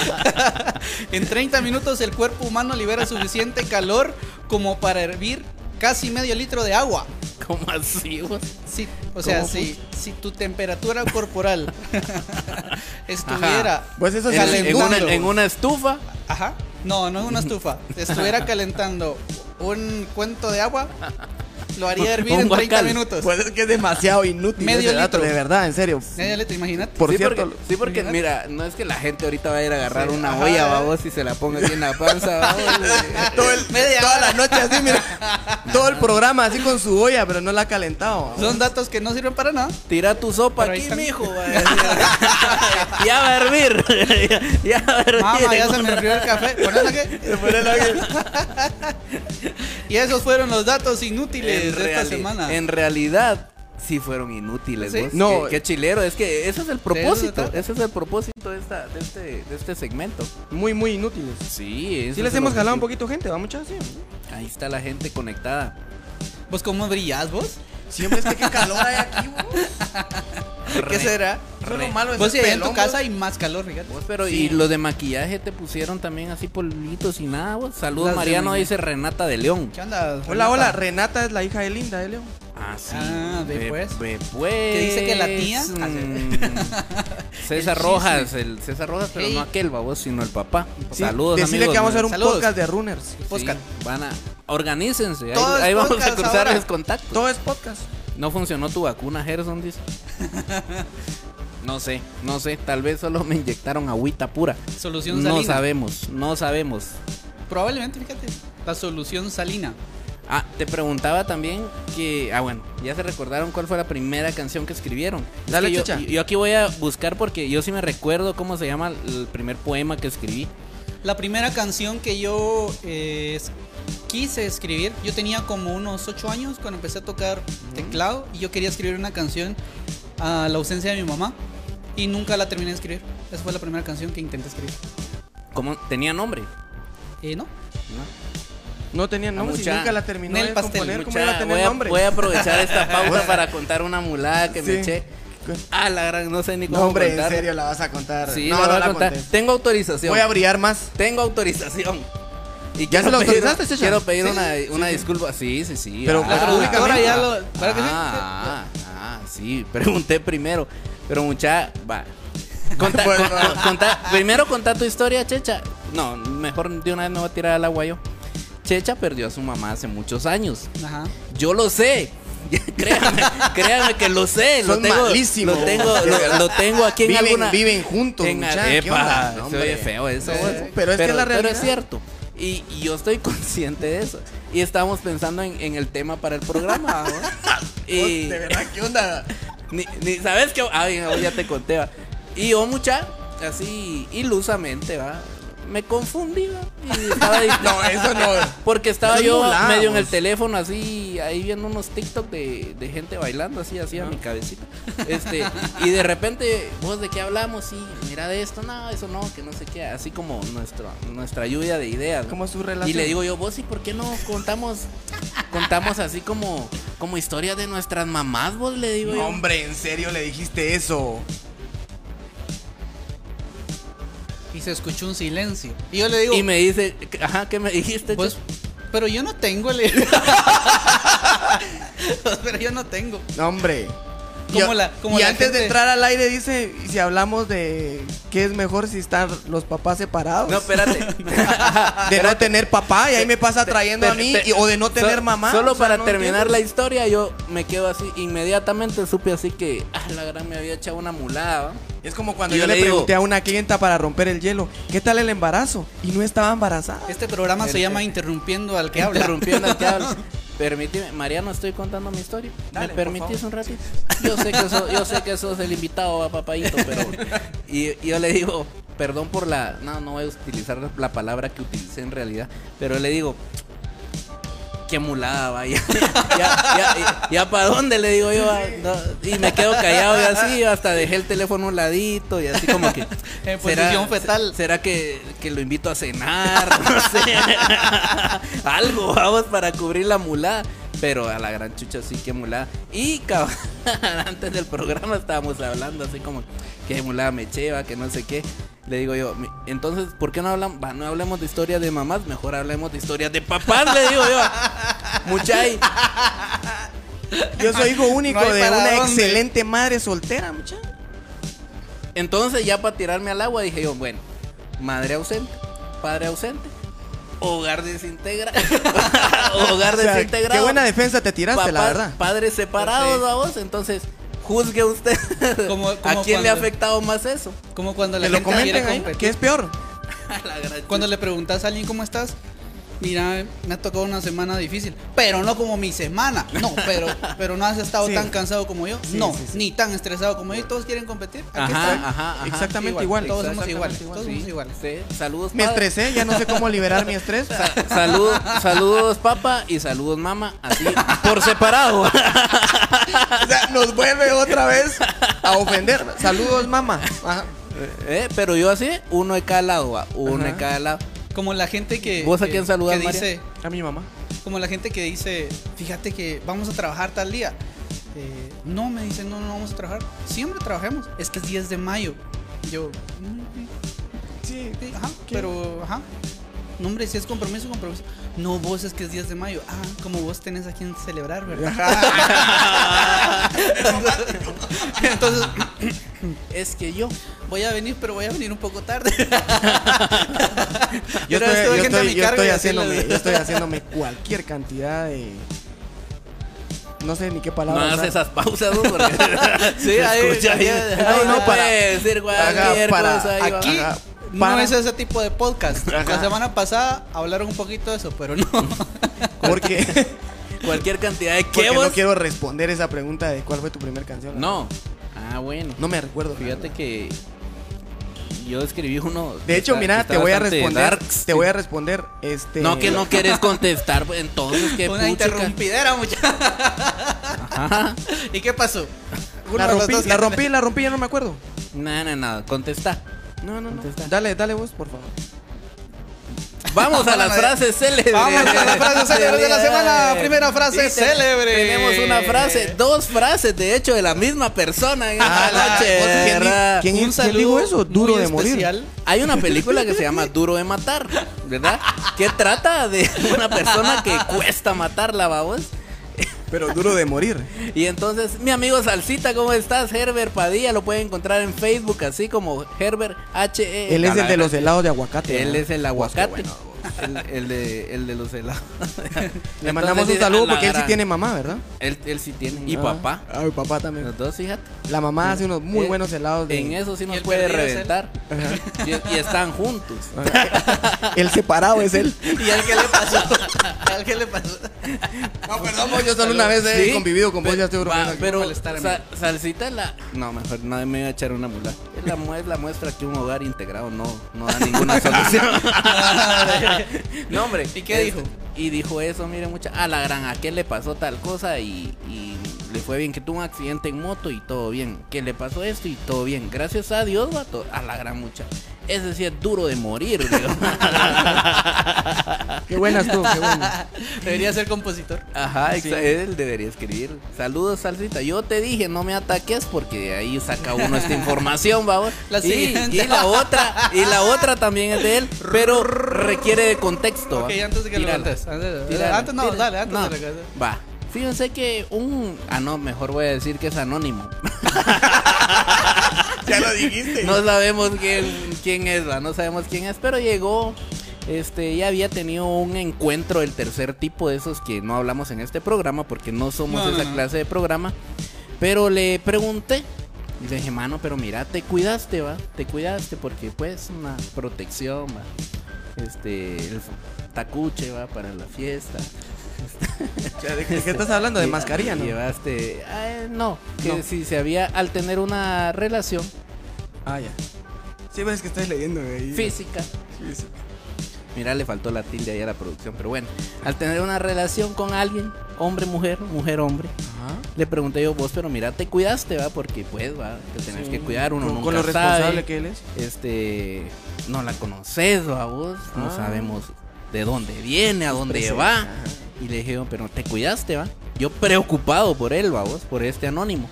Speaker 1: en 30 minutos el cuerpo humano libera suficiente calor como para hervir casi medio litro de agua.
Speaker 2: ¿Cómo así, vos?
Speaker 1: Sí, o sea,
Speaker 3: ¿Cómo
Speaker 1: si, si tu temperatura corporal estuviera.
Speaker 3: Pues eso
Speaker 2: En,
Speaker 3: es
Speaker 1: Calentando.
Speaker 2: en una, en una estufa.
Speaker 1: Ajá. No, no es una estufa. Estuviera calentando un cuento de agua. Lo haría hervir
Speaker 2: Un
Speaker 1: en 30
Speaker 2: guacal.
Speaker 1: minutos.
Speaker 3: Pues es que es demasiado inútil
Speaker 1: Medio
Speaker 3: ese dato,
Speaker 1: litro.
Speaker 3: de verdad, en serio.
Speaker 1: Media letra, imagínate.
Speaker 3: Por
Speaker 2: sí,
Speaker 3: cierto,
Speaker 2: porque, sí, porque,
Speaker 1: ¿verdad?
Speaker 2: mira, no es que la gente ahorita va a ir a agarrar
Speaker 1: Sí,
Speaker 2: una
Speaker 1: ajá.
Speaker 2: olla, babos, y se la ponga aquí en la panza, babos, güey.
Speaker 3: todo el-
Speaker 1: Media
Speaker 3: toda
Speaker 1: hora.
Speaker 3: la noche así, mira. todo el programa así con su olla, pero no la ha calentado. ¿va?
Speaker 1: Son datos que no sirven para nada.
Speaker 2: Tira tu sopa
Speaker 1: Pero ahí
Speaker 2: aquí,
Speaker 1: están.
Speaker 2: mijo. va a decir. ya va a hervir. ya, va a hervir.
Speaker 1: Mamá, ya se me enfrió el café. Ponelo aquí. Y esos fueron los datos inútiles
Speaker 2: en,
Speaker 1: de
Speaker 2: reali-
Speaker 1: esta semana.
Speaker 2: en realidad, sí fueron inútiles.
Speaker 1: ¿Sí?
Speaker 2: vos.
Speaker 3: No.
Speaker 2: Qué, qué chilero. Es que ese es el propósito.
Speaker 1: trata.
Speaker 2: Ese es el propósito de, esta, de, este, de este segmento.
Speaker 3: Muy, muy inútiles.
Speaker 2: Sí, eso
Speaker 3: Sí les
Speaker 2: es
Speaker 3: hemos
Speaker 2: lo
Speaker 3: jalado un
Speaker 2: que-
Speaker 3: poquito gente, va muchachos.
Speaker 2: Ahí está la gente conectada.
Speaker 1: ¿Vos cómo brillás vos?
Speaker 3: Siempre es que qué calor hay aquí,
Speaker 2: Re-
Speaker 3: Eso es lo
Speaker 2: re.
Speaker 3: malo de
Speaker 1: Vos
Speaker 3: ser
Speaker 1: si allá en
Speaker 3: pelón,
Speaker 1: tu casa hay más calor, fíjate.
Speaker 2: Vos, pues, pero
Speaker 3: Sí.
Speaker 2: y los de maquillaje te pusieron también así polvitos y nada, vos. Saludos,
Speaker 1: Las de
Speaker 2: Mariano,
Speaker 1: maquillaje.
Speaker 2: dice Renata de León.
Speaker 1: ¿Qué onda?
Speaker 3: vos. Hola, hola,
Speaker 1: Renata?
Speaker 3: Renata es la hija de Linda, ¿eh, de León.
Speaker 2: Ah, sí.
Speaker 1: Ah, ve pues.
Speaker 2: Ve pues.
Speaker 1: Que dice que la tía- Ah,
Speaker 2: Mm. César
Speaker 1: El
Speaker 2: Rojas, el César Rojas, pero
Speaker 1: Ey.
Speaker 2: no aquel babos, sino el papá.
Speaker 3: Sí,
Speaker 2: Saludos,
Speaker 3: Decirle
Speaker 2: amigos,
Speaker 3: que vamos a hacer un
Speaker 1: Saludos.
Speaker 3: podcast de runners.
Speaker 2: Sí,
Speaker 1: podcast.
Speaker 2: van a. Organícense. Ahí,
Speaker 1: Todo es
Speaker 2: ahí vamos a
Speaker 1: podcast
Speaker 2: cruzarles
Speaker 1: ahora.
Speaker 2: contactos.
Speaker 3: Todo es podcast.
Speaker 2: No funcionó tu vacuna, Gerson, dice. No sé, no sé. Tal vez solo me inyectaron agüita pura.
Speaker 1: Solución salina.
Speaker 2: No sabemos, no sabemos.
Speaker 1: Probablemente, fíjate. La solución salina.
Speaker 2: Ah, te preguntaba también que. Ah, bueno, ya se recordaron cuál fue la primera canción que escribieron. Es
Speaker 3: Dale,
Speaker 2: que yo,
Speaker 3: Chucha.
Speaker 2: yo aquí voy a buscar porque yo sí me recuerdo cómo se llama el primer poema que escribí.
Speaker 1: La primera canción que yo eh, es- quise escribir, yo tenía como unos 8 años cuando empecé a tocar teclado y yo quería escribir una canción a la ausencia de mi mamá y nunca la terminé de escribir. Esa fue la primera canción que intenté escribir.
Speaker 2: ¿Cómo? ¿Tenía nombre?
Speaker 1: Eh, ¿No?
Speaker 2: No.
Speaker 3: No tenía nombre, si
Speaker 2: mucha-
Speaker 3: nunca la terminó
Speaker 1: Nel
Speaker 3: de
Speaker 1: pastel,
Speaker 3: componer, ¿cómo
Speaker 2: Mucha-
Speaker 3: iba a tener
Speaker 2: voy, a,
Speaker 3: nombre?
Speaker 2: voy a aprovechar esta pausa para contar una mulada que
Speaker 3: Sí.
Speaker 2: me eché. Ah, la gran, no sé ni cómo
Speaker 4: No, hombre, en
Speaker 2: contar.
Speaker 4: serio la vas a contar.
Speaker 2: Sí,
Speaker 4: no,
Speaker 2: la voy
Speaker 4: no
Speaker 2: a contar.
Speaker 4: contes.
Speaker 2: Tengo autorización.
Speaker 3: Voy a brillar más.
Speaker 2: Tengo autorización. Y
Speaker 3: ¿Ya
Speaker 2: quiero
Speaker 3: se lo
Speaker 2: pedir-
Speaker 3: autorizaste, Checha?
Speaker 2: Quiero pedir
Speaker 3: Sí,
Speaker 2: una, una disculpa. Sí, sí, sí.
Speaker 3: Pero
Speaker 1: La
Speaker 3: Ah,
Speaker 1: productora
Speaker 3: públicamente.
Speaker 1: ya lo... ¿verdad que sí?
Speaker 2: ah, ah, sí, pregunté primero. Pero mucha, va. Conta-
Speaker 3: Pues,
Speaker 2: con-
Speaker 3: va.
Speaker 2: conta- primero contá tu historia, Checha. No, mejor de una vez me voy a tirar al agua yo. Checha perdió a su mamá hace muchos años.
Speaker 1: Ajá.
Speaker 2: Yo lo sé. créanme, créanme que lo sé. Lo
Speaker 4: Son
Speaker 2: tengo,
Speaker 4: malísimos.
Speaker 2: lo tengo, lo, lo tengo aquí en
Speaker 4: viven,
Speaker 2: alguna.
Speaker 4: viven juntos,
Speaker 2: en
Speaker 4: muchacha, ¿qué onda?
Speaker 2: Arepa.
Speaker 4: No,
Speaker 2: Se
Speaker 4: hombre. Eh,
Speaker 2: oye feo eso.
Speaker 3: Sí,
Speaker 2: güey.
Speaker 3: pero es que es la
Speaker 2: Pero
Speaker 3: realidad.
Speaker 2: es cierto. Y, y yo estoy consciente de eso. Y estábamos pensando en, en el tema para el programa. ¿no? y
Speaker 4: De verdad, ¿qué onda?
Speaker 2: ni, ni- sabes que ay, no, ya te conté. va. Y yo mucha así ilusamente, va. Me confundí, va, y estaba ahí-
Speaker 3: No, eso no.
Speaker 2: porque estaba
Speaker 3: Eso
Speaker 2: yo
Speaker 3: no hablábamos.
Speaker 2: medio en el teléfono así, ahí viendo unos TikTok de, de gente bailando así, así a mi cabecita. Este, y de repente, vos de qué hablamos, sí, mira de esto, no, eso no, que no sé qué, así como nuestra nuestra lluvia de ideas. ¿no?
Speaker 3: ¿Cómo es su relación?
Speaker 2: Y le digo yo, vos, ¿y por qué no contamos contamos así como como historias de nuestras mamás, vos le digo
Speaker 3: No,
Speaker 2: yo?
Speaker 3: hombre, en serio le dijiste eso.
Speaker 1: Y se escuchó un silencio. Y yo le digo...
Speaker 2: Y me dice, ajá, ¿qué me dijiste?
Speaker 1: "Pues,
Speaker 2: Checho?"
Speaker 1: pero yo no tengo el... pero yo no tengo.
Speaker 4: No, hombre.
Speaker 1: Como
Speaker 3: y
Speaker 1: la- como
Speaker 3: y
Speaker 1: la
Speaker 3: antes
Speaker 1: gente-
Speaker 3: de entrar al aire dice, y si hablamos de qué es mejor si están los papás separados.
Speaker 2: no, espérate.
Speaker 3: de no tener papá y ahí me pasa trayendo a mí
Speaker 2: Te- te-
Speaker 3: y- o de no
Speaker 2: so-
Speaker 3: tener mamá.
Speaker 2: Solo
Speaker 3: o sea,
Speaker 2: para
Speaker 3: no
Speaker 2: terminar
Speaker 3: entiendo.
Speaker 2: la historia, yo me quedo así. Inmediatamente supe así que ah, la gran me había echado una mulada. ¿va?
Speaker 3: Es como cuando
Speaker 2: Y
Speaker 3: yo,
Speaker 2: yo
Speaker 3: le
Speaker 2: le digo-
Speaker 3: pregunté a una clienta para romper el hielo, ¿qué tal el embarazo? Y no estaba embarazada.
Speaker 1: Este programa se llama Interrumpiendo al que habla.
Speaker 2: Interrumpiendo al que habla. Permíteme, Mariano, estoy contando mi historia.
Speaker 3: Dale,
Speaker 2: ¿Me
Speaker 3: por
Speaker 2: permitís un ratito? Yo sé que sos, yo sé que sos el invitado a papayito, pero. Y, y yo le digo, perdón por la. No, no voy a utilizar la palabra que utilicé en realidad. Pero le digo. Qué mulada, vaya. Ya, para dónde le digo yo. va, no, y me quedo callado y así, hasta dejé el teléfono a un ladito y así como que.
Speaker 1: En posición fetal.
Speaker 2: ¿Será que, que lo invito a cenar? No sé. Algo, vamos, para cubrir la mulada. Pero a la gran chucha sí que mulada. Y cabrón, antes del programa estábamos hablando así como que mulada me cheva, que no sé qué. Le digo yo, "Mi- entonces, ¿por qué no hablamos, no hablemos de historias de mamás? Mejor hablemos de historias de papás, le digo yo. Muchay.
Speaker 3: Yo soy hijo único
Speaker 1: No hay
Speaker 3: de
Speaker 1: para
Speaker 3: una
Speaker 1: dónde.
Speaker 3: excelente madre soltera, muchacha.
Speaker 2: Entonces ya para tirarme al agua dije yo, bueno, madre ausente, padre ausente, hogar desintegra. hogar
Speaker 3: O sea,
Speaker 2: desintegrado.
Speaker 3: Qué buena defensa te tiraste,
Speaker 2: Papás-
Speaker 3: la verdad.
Speaker 2: Padres separados,
Speaker 1: Sí.
Speaker 2: vamos. Entonces, juzgue usted
Speaker 1: Como-
Speaker 2: a
Speaker 1: como
Speaker 2: quién le ha
Speaker 1: cuando-
Speaker 2: afectado más eso.
Speaker 1: Como cuando la
Speaker 3: Que lo
Speaker 1: gente quiere
Speaker 3: comenten ahí.
Speaker 1: competir.
Speaker 3: ¿Qué es peor?
Speaker 2: A la gran
Speaker 1: Cuando le preguntas a alguien cómo estás, mira, me ha tocado una semana difícil, pero no como mi semana. No, pero, pero no has estado
Speaker 3: Sí.
Speaker 1: tan cansado como yo.
Speaker 3: Sí,
Speaker 1: no,
Speaker 3: sí, sí.
Speaker 1: ni tan estresado como yo. ¿Y Todos quieren competir. Aquí
Speaker 2: Ajá,
Speaker 1: estoy.
Speaker 2: ajá, ajá.
Speaker 3: Exactamente igual.
Speaker 1: Todos somos
Speaker 3: Exactamente
Speaker 1: iguales. Todos somos
Speaker 2: Sí,
Speaker 1: iguales.
Speaker 2: sí. Saludos,
Speaker 3: Me
Speaker 2: padre.
Speaker 3: estresé, ¿eh? ya no sé cómo liberar mi estrés.
Speaker 2: Saludos, saludos papá y saludos mamá, así por separado.
Speaker 3: O sea, nos vuelve otra vez a ofender. Saludos, mamá. Ajá.
Speaker 2: Eh, Pero yo así, uno de cada lado, va, uno de
Speaker 3: Ajá.
Speaker 2: cada lado.
Speaker 1: Como la gente que.
Speaker 2: ¿Vos a
Speaker 1: que-
Speaker 2: quién saludas,
Speaker 1: que
Speaker 2: María?
Speaker 1: dice,
Speaker 3: A mi mamá.
Speaker 1: Como la gente que dice, fíjate que vamos a trabajar tal día. Eh, no, me dicen, no, no vamos a trabajar. Siempre trabajemos. Es que es 10 de mayo. Yo, "Mm, mm,
Speaker 3: Sí,
Speaker 1: Sí, ajá,
Speaker 3: ¿Qué?
Speaker 1: pero, ajá. No, hombre, si es compromiso, compromiso. No, vos es que es 10 de mayo. Ah, como vos tenés a quien celebrar, ¿verdad? Entonces,
Speaker 2: Es que yo,
Speaker 1: voy a venir, pero voy a venir un poco tarde.
Speaker 3: Yo
Speaker 1: Pero
Speaker 3: estoy,
Speaker 1: estuve
Speaker 3: yo
Speaker 1: gente a
Speaker 3: estoy-
Speaker 1: mi
Speaker 3: yo
Speaker 1: cargo
Speaker 3: estoy
Speaker 1: y así
Speaker 3: haciéndome,
Speaker 1: les-
Speaker 3: yo estoy haciéndome cualquier cantidad de. No sé ni qué
Speaker 2: no
Speaker 3: palabra.
Speaker 2: hace
Speaker 3: usar.
Speaker 2: esas pausas, ¿no? porque
Speaker 1: Sí, ahí- ahí-
Speaker 2: no,
Speaker 3: ahí-
Speaker 2: no,
Speaker 3: no, para-
Speaker 2: puede decir cualquier
Speaker 3: Ajá, para-
Speaker 2: cosa, ahí va.
Speaker 1: Aquí
Speaker 3: Ajá,
Speaker 1: no
Speaker 3: para.
Speaker 1: es ese tipo de podcast. La
Speaker 3: Ajá.
Speaker 1: semana pasada hablaron un poquito de eso, pero no.
Speaker 3: Porque,
Speaker 2: cualquier cantidad de
Speaker 3: porque
Speaker 2: que
Speaker 3: no
Speaker 2: vos.
Speaker 3: quiero responder esa pregunta de cuál fue tu primer canción.
Speaker 2: No. Ah, bueno.
Speaker 3: No me recuerdo. la
Speaker 2: Fíjate
Speaker 3: verdad.
Speaker 2: que yo escribí uno.
Speaker 3: De hecho,
Speaker 2: que
Speaker 3: mira,
Speaker 2: está
Speaker 3: te voy a
Speaker 2: bastante
Speaker 3: responder.
Speaker 2: darks.
Speaker 3: Te voy a responder. Este.
Speaker 2: No, que no quieres contestar, pues, entonces que
Speaker 1: Una interrumpidera, muchachos. ¿Y qué pasó? Una
Speaker 3: La
Speaker 1: de las
Speaker 3: rompí,
Speaker 1: dos
Speaker 3: la
Speaker 1: que-
Speaker 3: rompí, la rompí, ya no me acuerdo.
Speaker 2: No, no, no, contesta.
Speaker 3: No, no, no.
Speaker 2: Contesta.
Speaker 3: Dale, dale vos, por favor.
Speaker 2: Vamos a las
Speaker 1: Vamos a ver.
Speaker 2: frases Eh, célebres.
Speaker 1: Vamos a las frases célebres de la semana. Primera frase
Speaker 2: te-
Speaker 1: célebre.
Speaker 2: Tenemos una frase, dos frases, de hecho, de la misma persona en
Speaker 3: Ah,
Speaker 2: esta
Speaker 3: la-
Speaker 2: noche,
Speaker 3: vos, ¿quién di-
Speaker 2: ¿verdad?
Speaker 3: quién-
Speaker 1: un saludo
Speaker 3: dijo eso? Duro
Speaker 1: muy
Speaker 3: de morir.
Speaker 1: especial.
Speaker 2: Hay una película que se llama Duro de Matar, ¿verdad? Que trata de una persona que cuesta matarla, vamos.
Speaker 3: Pero duro de morir.
Speaker 2: Y entonces, mi amigo Salsita, ¿cómo estás? Herbert Padilla, lo pueden encontrar en Facebook, así como Herbert H.E.
Speaker 3: Él es el de los
Speaker 2: helados.
Speaker 3: helados de aguacate.
Speaker 2: Él
Speaker 3: ¿no?
Speaker 2: es el
Speaker 3: Vos, qué
Speaker 2: aguacate.
Speaker 3: bueno.
Speaker 2: el, el de, el de los helados.
Speaker 3: Le
Speaker 2: Entonces,
Speaker 3: mandamos un
Speaker 2: dice, "A
Speaker 3: saludo
Speaker 2: la
Speaker 3: porque él sí
Speaker 2: gran".
Speaker 3: tiene mamá, ¿verdad?
Speaker 2: Él, él sí tiene. Y
Speaker 3: Ah,
Speaker 2: papá.
Speaker 3: Ah, y papá también.
Speaker 2: Los dos, fíjate.
Speaker 3: La mamá hace unos muy
Speaker 2: Eh,
Speaker 3: buenos helados. de-
Speaker 2: En eso sí
Speaker 1: Y
Speaker 2: nos
Speaker 1: el
Speaker 2: puede
Speaker 1: perdido es él.
Speaker 2: reventar. Y, y están juntos.
Speaker 3: El separado es él.
Speaker 1: ¿Y al que le pasó? ¿Al que le pasó?
Speaker 3: No, perdón, vos, yo solo una vez he
Speaker 2: Sí,
Speaker 3: convivido con vos,
Speaker 2: pe-
Speaker 3: ya estoy
Speaker 2: va,
Speaker 3: bromeando. aquí.
Speaker 2: Pero
Speaker 1: molestar a
Speaker 2: sa- Salsita la... No, mejor no me iba a echar una mula. Es la, mu- es la muestra que un hogar integrado no, no da ninguna solución. no, hombre.
Speaker 1: ¿Y qué
Speaker 2: este,
Speaker 1: dijo?
Speaker 2: Y dijo eso, mire mucha... A la gran, ¿a qué le pasó tal cosa? Y, y le fue bien que tuvo un accidente en moto y todo bien. Que le pasó esto y todo bien. Gracias a Dios, vato. A la gran mucha. Ese sí es duro de morir, digo.
Speaker 3: Qué buenas tú, qué buenas.
Speaker 1: Debería ser compositor.
Speaker 2: Ajá, exa- él debería escribir. Saludos, Salsita. Yo te dije, no me ataques porque de ahí saca uno esta información, vamos.
Speaker 1: La
Speaker 2: y,
Speaker 1: siguiente.
Speaker 2: y la otra, y la otra también es de él, pero requiere de contexto. ¿va?
Speaker 1: Ok, antes de que lo
Speaker 2: Tírala,
Speaker 1: levantes. Antes,
Speaker 2: tírala,
Speaker 1: antes no,
Speaker 2: tírala.
Speaker 1: dale, antes
Speaker 2: No,
Speaker 1: de la
Speaker 2: Va. Fíjense que un. Ah, no, mejor voy a decir que es anónimo.
Speaker 4: Ya lo dijiste.
Speaker 2: No sabemos quién, quién es, ¿va? no sabemos quién es, pero llegó. Este, ya había tenido un encuentro del tercer tipo de esos que no hablamos en este programa porque no somos
Speaker 1: No, no,
Speaker 2: esa
Speaker 1: no.
Speaker 2: clase de programa. Pero le pregunté, y le dije, mano, pero mira, te cuidaste, va, te cuidaste porque pues una protección, va. Este, el tacuche, va, para la fiesta.
Speaker 3: O sea, ¿De qué qué estás hablando? De
Speaker 2: Lle-
Speaker 3: mascarilla, ¿no?
Speaker 2: Llevaste, ah, no, que
Speaker 3: No.
Speaker 2: si se había, al tener una relación
Speaker 3: Ah, ya. Sí, ves que estás leyendo de ahí.
Speaker 2: física. Mira, le faltó la tilde ahí a la producción, pero bueno. Al tener una relación con alguien, hombre, mujer, mujer, hombre,
Speaker 3: Ajá.
Speaker 2: le pregunté yo, vos, pero mira, te cuidaste, va, porque pues, va, te tenés
Speaker 3: Sí.
Speaker 2: que cuidar, uno
Speaker 3: Con-
Speaker 2: nunca
Speaker 3: Con lo
Speaker 2: sabe.
Speaker 3: responsable que él es.
Speaker 2: Este, no la conoces, va, vos, no
Speaker 3: Ah.
Speaker 2: sabemos de dónde viene, a dónde
Speaker 3: Presente.
Speaker 2: va.
Speaker 3: Ajá.
Speaker 2: Y le dije, pero te cuidaste, va. Yo preocupado por él, va, vos, por este anónimo.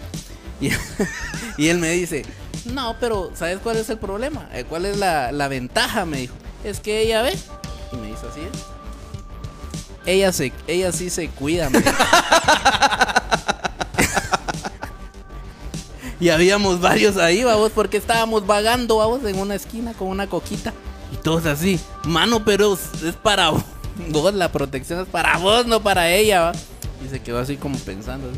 Speaker 2: Y, y él me dice, no, pero ¿sabes cuál es el problema? Eh, ¿Cuál es la, la ventaja? Me dijo, es que ella ve. Y me dice así, es. Ella, se, ella sí se cuida, me dijo. Y habíamos varios ahí, vamos, porque estábamos vagando, vamos, en una esquina con una coquita. Y todos así, mano, pero es para vos, la protección es para vos, no para ella. ¿va?". Y se quedó así como pensando.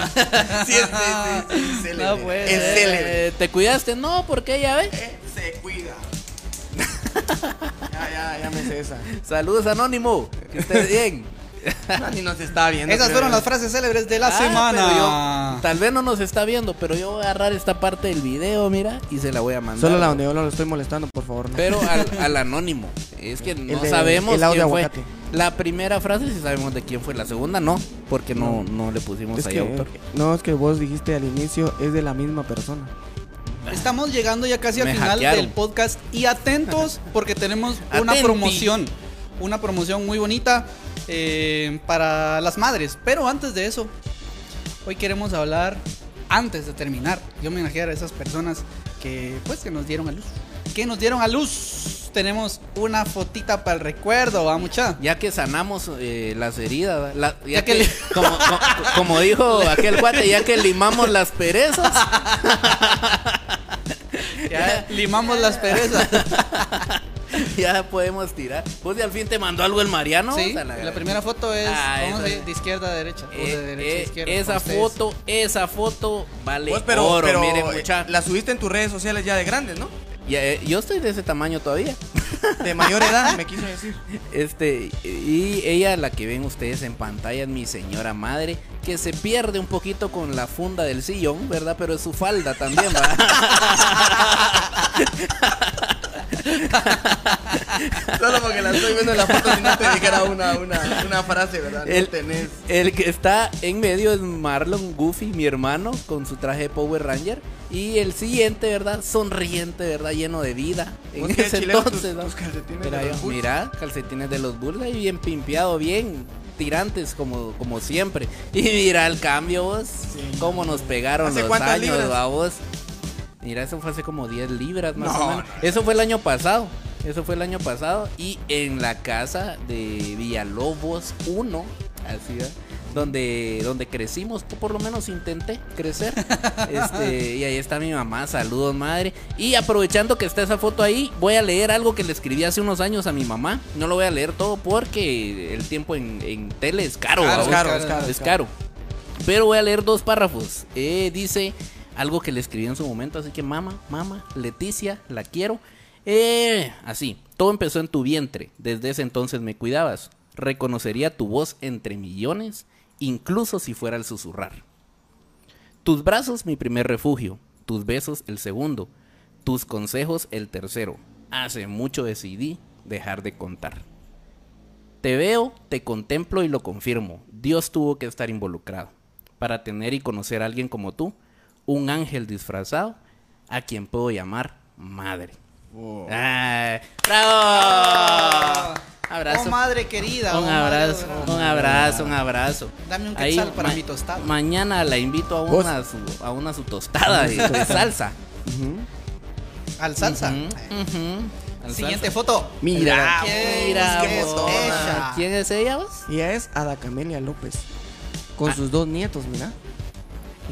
Speaker 2: así.
Speaker 4: Sí, sí, sí, sí, es célebre.
Speaker 1: Ah, No puede
Speaker 4: es
Speaker 1: ser.
Speaker 4: célebre.
Speaker 2: Eh, ¿Te cuidaste? No, porque ella ve.
Speaker 4: Eh, Se cuida.
Speaker 3: Ya, ya, ya me sé esa.
Speaker 2: Saludos, Anónimo. Que estés bien.
Speaker 3: Ni nos está viendo.
Speaker 1: Esas
Speaker 3: creo.
Speaker 1: fueron las frases célebres de la
Speaker 2: Ah, pero yo-
Speaker 1: semana.
Speaker 2: tal vez no nos está viendo, pero yo voy a agarrar esta parte del video, mira, y se la voy a mandar.
Speaker 3: Solo la donde yo no lo estoy molestando, por favor. no.
Speaker 2: Pero al, al anónimo. Es que no
Speaker 3: de-
Speaker 2: sabemos
Speaker 3: el lado de
Speaker 2: quién fue.
Speaker 3: aguacate.
Speaker 2: La primera frase sí sabemos de quién fue. La segunda no, porque no, no le pusimos
Speaker 3: Es
Speaker 2: ahí
Speaker 3: que-
Speaker 2: autor.
Speaker 3: ¿eh? no, es que vos dijiste al inicio, es de la misma persona.
Speaker 1: Estamos llegando ya casi al
Speaker 2: Me
Speaker 1: final
Speaker 2: hackearon.
Speaker 1: del podcast y atentos porque tenemos una
Speaker 2: Atenti.
Speaker 1: promoción, una promoción muy bonita eh, para las madres. Pero antes de eso, hoy queremos hablar, antes de terminar, yo homenajear a esas personas que pues que nos dieron a luz. Que nos dieron a luz. Tenemos una fotita para el recuerdo, ¿va mucha?
Speaker 2: Ya que sanamos eh, las heridas, la- ya,
Speaker 1: Ya que
Speaker 2: que,
Speaker 1: li-
Speaker 2: como, co- como dijo aquel guate, ya que limamos las perezas,
Speaker 1: Ya limamos las perezas.
Speaker 2: ya podemos tirar. Pues y al fin te mandó algo el Mariano.
Speaker 1: sí,
Speaker 2: O sea,
Speaker 1: la, primera foto es
Speaker 2: Ah,
Speaker 1: vamos
Speaker 2: esa
Speaker 1: a ir
Speaker 2: es.
Speaker 1: de izquierda a derecha. o
Speaker 2: Eh,
Speaker 1: de derecha a
Speaker 2: eh,
Speaker 1: izquierda,
Speaker 2: esa
Speaker 1: como ustedes.
Speaker 2: foto, esa foto vale
Speaker 3: Vos, eh,
Speaker 2: oro, mire, mucha.
Speaker 3: la subiste en tus redes sociales ya de grandes, ¿no?
Speaker 2: Ya, eh, yo estoy de ese tamaño todavía.
Speaker 3: De mayor edad, me quiso decir.
Speaker 2: Este, y ella, la que ven ustedes en pantalla, es mi señora madre, que se pierde un poquito con la funda del sillón, ¿verdad? Pero es su falda también, ¿verdad?
Speaker 4: Solo porque la estoy viendo en la foto si no te dijera una, una, una frase, ¿verdad? No
Speaker 2: El-
Speaker 4: tenés.
Speaker 2: El que está en medio es Marlon Goofy, mi hermano, con su traje de Power Ranger. Y el siguiente, ¿verdad? Sonriente, ¿verdad? Lleno de vida. En
Speaker 4: Vos que
Speaker 2: ese
Speaker 3: pues,
Speaker 4: chileo tus-
Speaker 2: entonces, ¿no?
Speaker 4: tus calcetines
Speaker 2: Mira,
Speaker 4: de los
Speaker 2: yo,
Speaker 4: Bulls.
Speaker 2: mira, calcetines de los Bulls ahí bien pimpeado, bien tirantes como, como siempre. Y mira el cambio, vos. Cómo nos pegaron
Speaker 3: ¿Hace
Speaker 2: los
Speaker 3: cuántas
Speaker 2: años,
Speaker 3: libras?
Speaker 2: va, vos. Mira, eso fue hace como 10 libras más
Speaker 3: No,
Speaker 2: o menos. Eso fue el año pasado. Eso fue el año pasado. Y en la casa de Villalobos 1, así ¿verdad? Donde, donde crecimos, o por lo menos intenté crecer. Este, y ahí está mi mamá, saludos madre. Y aprovechando que está esa foto ahí, voy a leer algo que le escribí hace unos años a mi mamá. No lo voy a leer todo porque el tiempo en, en tele es caro.
Speaker 1: Claro,
Speaker 2: ¿va?
Speaker 1: es caro, es caro,
Speaker 2: Es caro. Pero voy a leer dos párrafos. Eh, dice algo que le escribí en su momento, así que mamá, mamá, Leticia, la quiero. Eh, así, todo empezó en tu vientre, desde ese entonces me cuidabas. Reconocería tu voz entre millones, incluso si fuera al susurrar. Tus brazos mi primer refugio, tus besos el segundo, tus consejos el tercero. Hace mucho decidí dejar de contar. Te veo, te contemplo y lo confirmo. Dios tuvo que estar involucrado para tener y conocer a alguien como tú, un ángel disfrazado a quien puedo llamar madre. Ay, ¡Bravo!
Speaker 1: Oh,
Speaker 2: Abrazo.
Speaker 1: madre querida.
Speaker 2: Un
Speaker 1: oh, madre
Speaker 2: abrazo,
Speaker 1: adorada.
Speaker 2: un abrazo, un abrazo.
Speaker 1: Dame un quetzal para mi tostada.
Speaker 2: Mañana la invito a
Speaker 3: ¿Vos?
Speaker 2: una, su, a una su tostada de, de salsa.
Speaker 1: Al salsa.
Speaker 2: Ujú, ujú. Al
Speaker 1: Siguiente Ah,
Speaker 2: salsa.
Speaker 1: foto.
Speaker 2: Mira,
Speaker 1: ¿Quién
Speaker 2: mira,
Speaker 1: es
Speaker 2: vos.
Speaker 1: ella?
Speaker 2: ¿Quién es ella vos?
Speaker 3: Y ella es Ada Camelia López. Con sus dos nietos, mira.